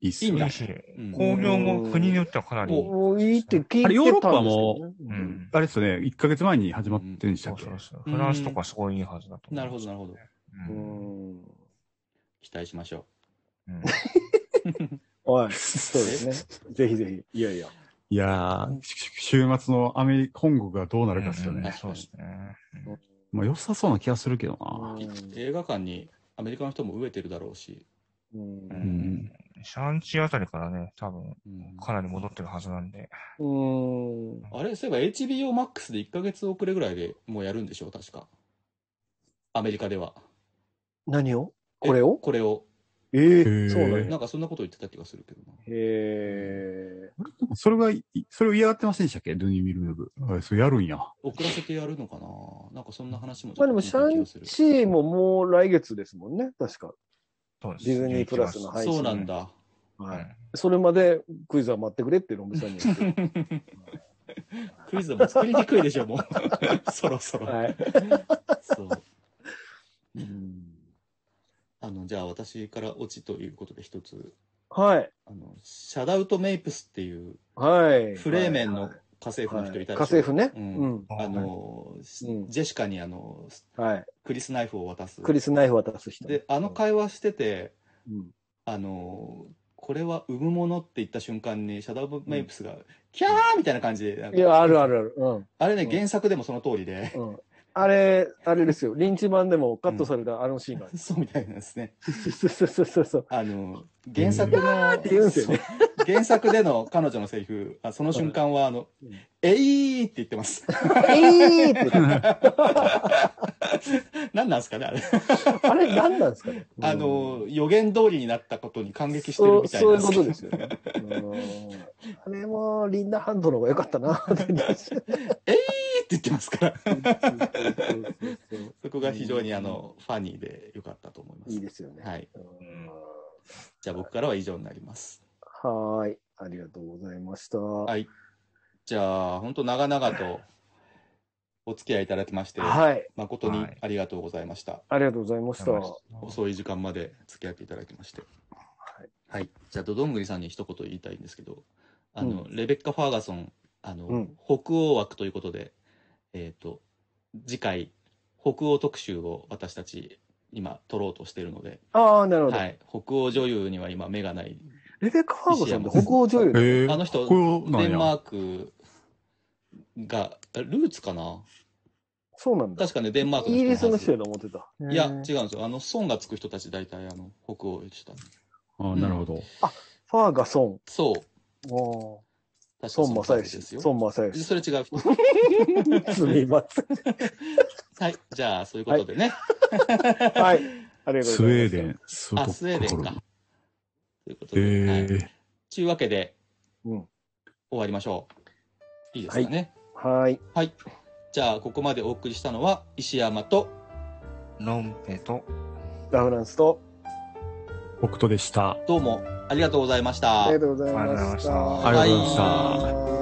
Speaker 4: いいっす
Speaker 1: い
Speaker 4: よ
Speaker 1: いん
Speaker 4: ね
Speaker 1: だ
Speaker 2: いい。し、
Speaker 1: うん
Speaker 2: 工業も国によってはかなり、
Speaker 1: お
Speaker 3: もういいって聞いてたんですけど、ね。
Speaker 4: あれヨーロッパも
Speaker 2: う
Speaker 3: うん
Speaker 2: ん。
Speaker 4: あれですよね、1ヶ月前に始まってんでした
Speaker 2: そ
Speaker 4: っ
Speaker 2: う
Speaker 4: け、
Speaker 2: そうそう。フランスとかすごいいいはずだと思う。
Speaker 1: なるほど、なるほど。
Speaker 3: う
Speaker 2: うん。
Speaker 3: ん。
Speaker 1: 期待しましょ
Speaker 2: うん
Speaker 3: はい。そうですね。ぜひぜひ。いやいや。
Speaker 4: いやー、し週末のアメリカ、本国がどうなるかですよ
Speaker 2: うん
Speaker 4: ね。
Speaker 2: そうですね。
Speaker 4: まあ良さそうな気がするけどな。
Speaker 1: う。映画館にアメリカの人も飢えてるだろうし。
Speaker 3: うん
Speaker 2: う
Speaker 4: うんん。
Speaker 2: シャンチーあたりからね、多分、
Speaker 1: うん
Speaker 2: かなり戻ってるはずなんで。
Speaker 3: うん。
Speaker 1: あれ、そういえば HBO Max で1ヶ月遅れぐらいでもうやるんでしょう、確か。アメリカでは。
Speaker 3: 何をこれを
Speaker 1: これを。
Speaker 3: ええ
Speaker 4: へえ
Speaker 3: そうなんや。
Speaker 1: なんかそんなこと言ってた気がするけどな。
Speaker 3: へえ。
Speaker 4: それがい、それを嫌がってませんでしたっけドゥニー・ミルヌーブ。あそれやるんや。
Speaker 1: 遅らせてやるのかななんかそんな話もち
Speaker 3: ま
Speaker 1: ょ
Speaker 3: あ
Speaker 1: っと
Speaker 3: でも、
Speaker 1: 聞い
Speaker 3: シャ
Speaker 1: た気
Speaker 3: ン
Speaker 1: がす
Speaker 3: チ
Speaker 1: る。
Speaker 3: ーももう来月ですもんね。確か。
Speaker 2: そうです。
Speaker 3: ディズニープラスの配信。
Speaker 1: そうなんだ。
Speaker 2: は
Speaker 3: はいい。。それまでクイズは待ってくれってロムさんに言 って。
Speaker 1: クイズも作りにくいでしょ、も う。そろそろ。
Speaker 3: はい。
Speaker 1: そう。あの、じゃあ私からオチということで一つ、
Speaker 3: はい。
Speaker 1: あの、シャダウトメイプスっていう
Speaker 3: はい。
Speaker 1: フレーメンの
Speaker 3: はい
Speaker 1: 家政婦の人いた
Speaker 3: 家
Speaker 1: でしょ、
Speaker 3: 政婦ね。
Speaker 1: う
Speaker 3: うんん。
Speaker 1: あの、ジ
Speaker 3: うん
Speaker 1: ェシカにあの、
Speaker 3: はい。
Speaker 1: クリスナイフを渡す。
Speaker 3: クリスナイフ渡す人。
Speaker 1: で、あの会話してて、
Speaker 3: うん。
Speaker 1: あの、これは産むものって言った瞬間に、シャダウトメイプスが、キャーみたいな感じで、なんか
Speaker 3: いや、あるあるある。うん。
Speaker 1: あれね、
Speaker 3: うん
Speaker 1: 原作でもその通りで、
Speaker 3: うんあれ、あれですよ。リンチ版でもカットされたあのシーン が。
Speaker 1: そうみたいなんですね。
Speaker 3: そうそうそうそうそう。
Speaker 1: あの、原作の、
Speaker 3: て言うんですよね
Speaker 1: そう原作での彼女のセリフ、あその瞬間は、あの
Speaker 3: うん、
Speaker 1: えいーって言ってます。
Speaker 3: ええーって。
Speaker 1: 何なんですかね、あれ。
Speaker 3: あれ何なんですかね。
Speaker 1: あの、予言通りになったことに感激して
Speaker 3: そ
Speaker 1: る
Speaker 3: う
Speaker 1: みたいな。
Speaker 3: そういうことですよね。うんあれもリンダハンドの方が良かったなって。
Speaker 1: って言ってますから。 そこが非常に、あ
Speaker 3: うん
Speaker 1: の、ファニーで良かったと思いま
Speaker 3: いい
Speaker 1: す。
Speaker 3: ですよね。
Speaker 1: はい。
Speaker 3: うん
Speaker 1: じゃあ僕からは以上になります。
Speaker 3: はーい。ありがとうございました。は。
Speaker 1: はいい。じゃあ、本当長々とお付き合いいただきまして、誠にありがとうございました。
Speaker 3: ありがとうございました。
Speaker 1: 遅い時間まで付き合っていただきまして。
Speaker 3: い
Speaker 1: はい。じゃあ、ドドングリさんに一言言いたいんですけど、あの、レベッカ・ファーガソン、あの、
Speaker 3: うん
Speaker 1: 北欧枠ということで、えっ、と、次回、北欧特集を私たち、今、取ろうとしているので、
Speaker 3: ああ、なるほど。
Speaker 1: はい。北欧女優には今、目がない。
Speaker 3: レベッカ・ファーゴさんって北欧女優だ
Speaker 4: へえ
Speaker 1: あの人
Speaker 4: こうな
Speaker 1: デ
Speaker 4: ん
Speaker 1: ンマ
Speaker 4: や。
Speaker 1: ークが、ルーツかな
Speaker 3: そうなんだ。
Speaker 1: 確かね、デンマーク
Speaker 3: イ
Speaker 1: の人の
Speaker 3: ギ
Speaker 1: は
Speaker 3: リ
Speaker 1: ず
Speaker 3: スの人やと思ってた。
Speaker 1: いや、違
Speaker 3: へ
Speaker 1: うん
Speaker 3: ー
Speaker 1: ですよ。あの、孫がつく人たち、大体、あの、北欧でした、ね。
Speaker 4: あなるほど。
Speaker 3: ファーガソン。
Speaker 1: そう。
Speaker 3: 孫
Speaker 1: 確か
Speaker 3: 正
Speaker 1: そうです
Speaker 3: 義。
Speaker 1: よ。
Speaker 3: 孫正義。
Speaker 1: それ違う 人。
Speaker 3: すみません。
Speaker 1: はい。じゃあ、そういうことでね。
Speaker 3: はい。ありがとうございます。
Speaker 4: スウェーデン、ス
Speaker 1: あ、スウェーデンか。ということで。
Speaker 4: え
Speaker 1: はい。というわけで、
Speaker 3: うん。
Speaker 1: 終わりましょう。いいですかね。
Speaker 3: はい。
Speaker 1: はい。じゃあ、ここまでお送りしたのは、石山と、
Speaker 2: ロンペと、
Speaker 3: ラフランスと、
Speaker 4: 北斗でした。
Speaker 1: どうもありがとうございました。
Speaker 3: ありがとうございました。
Speaker 4: ありがとうございました
Speaker 3: はい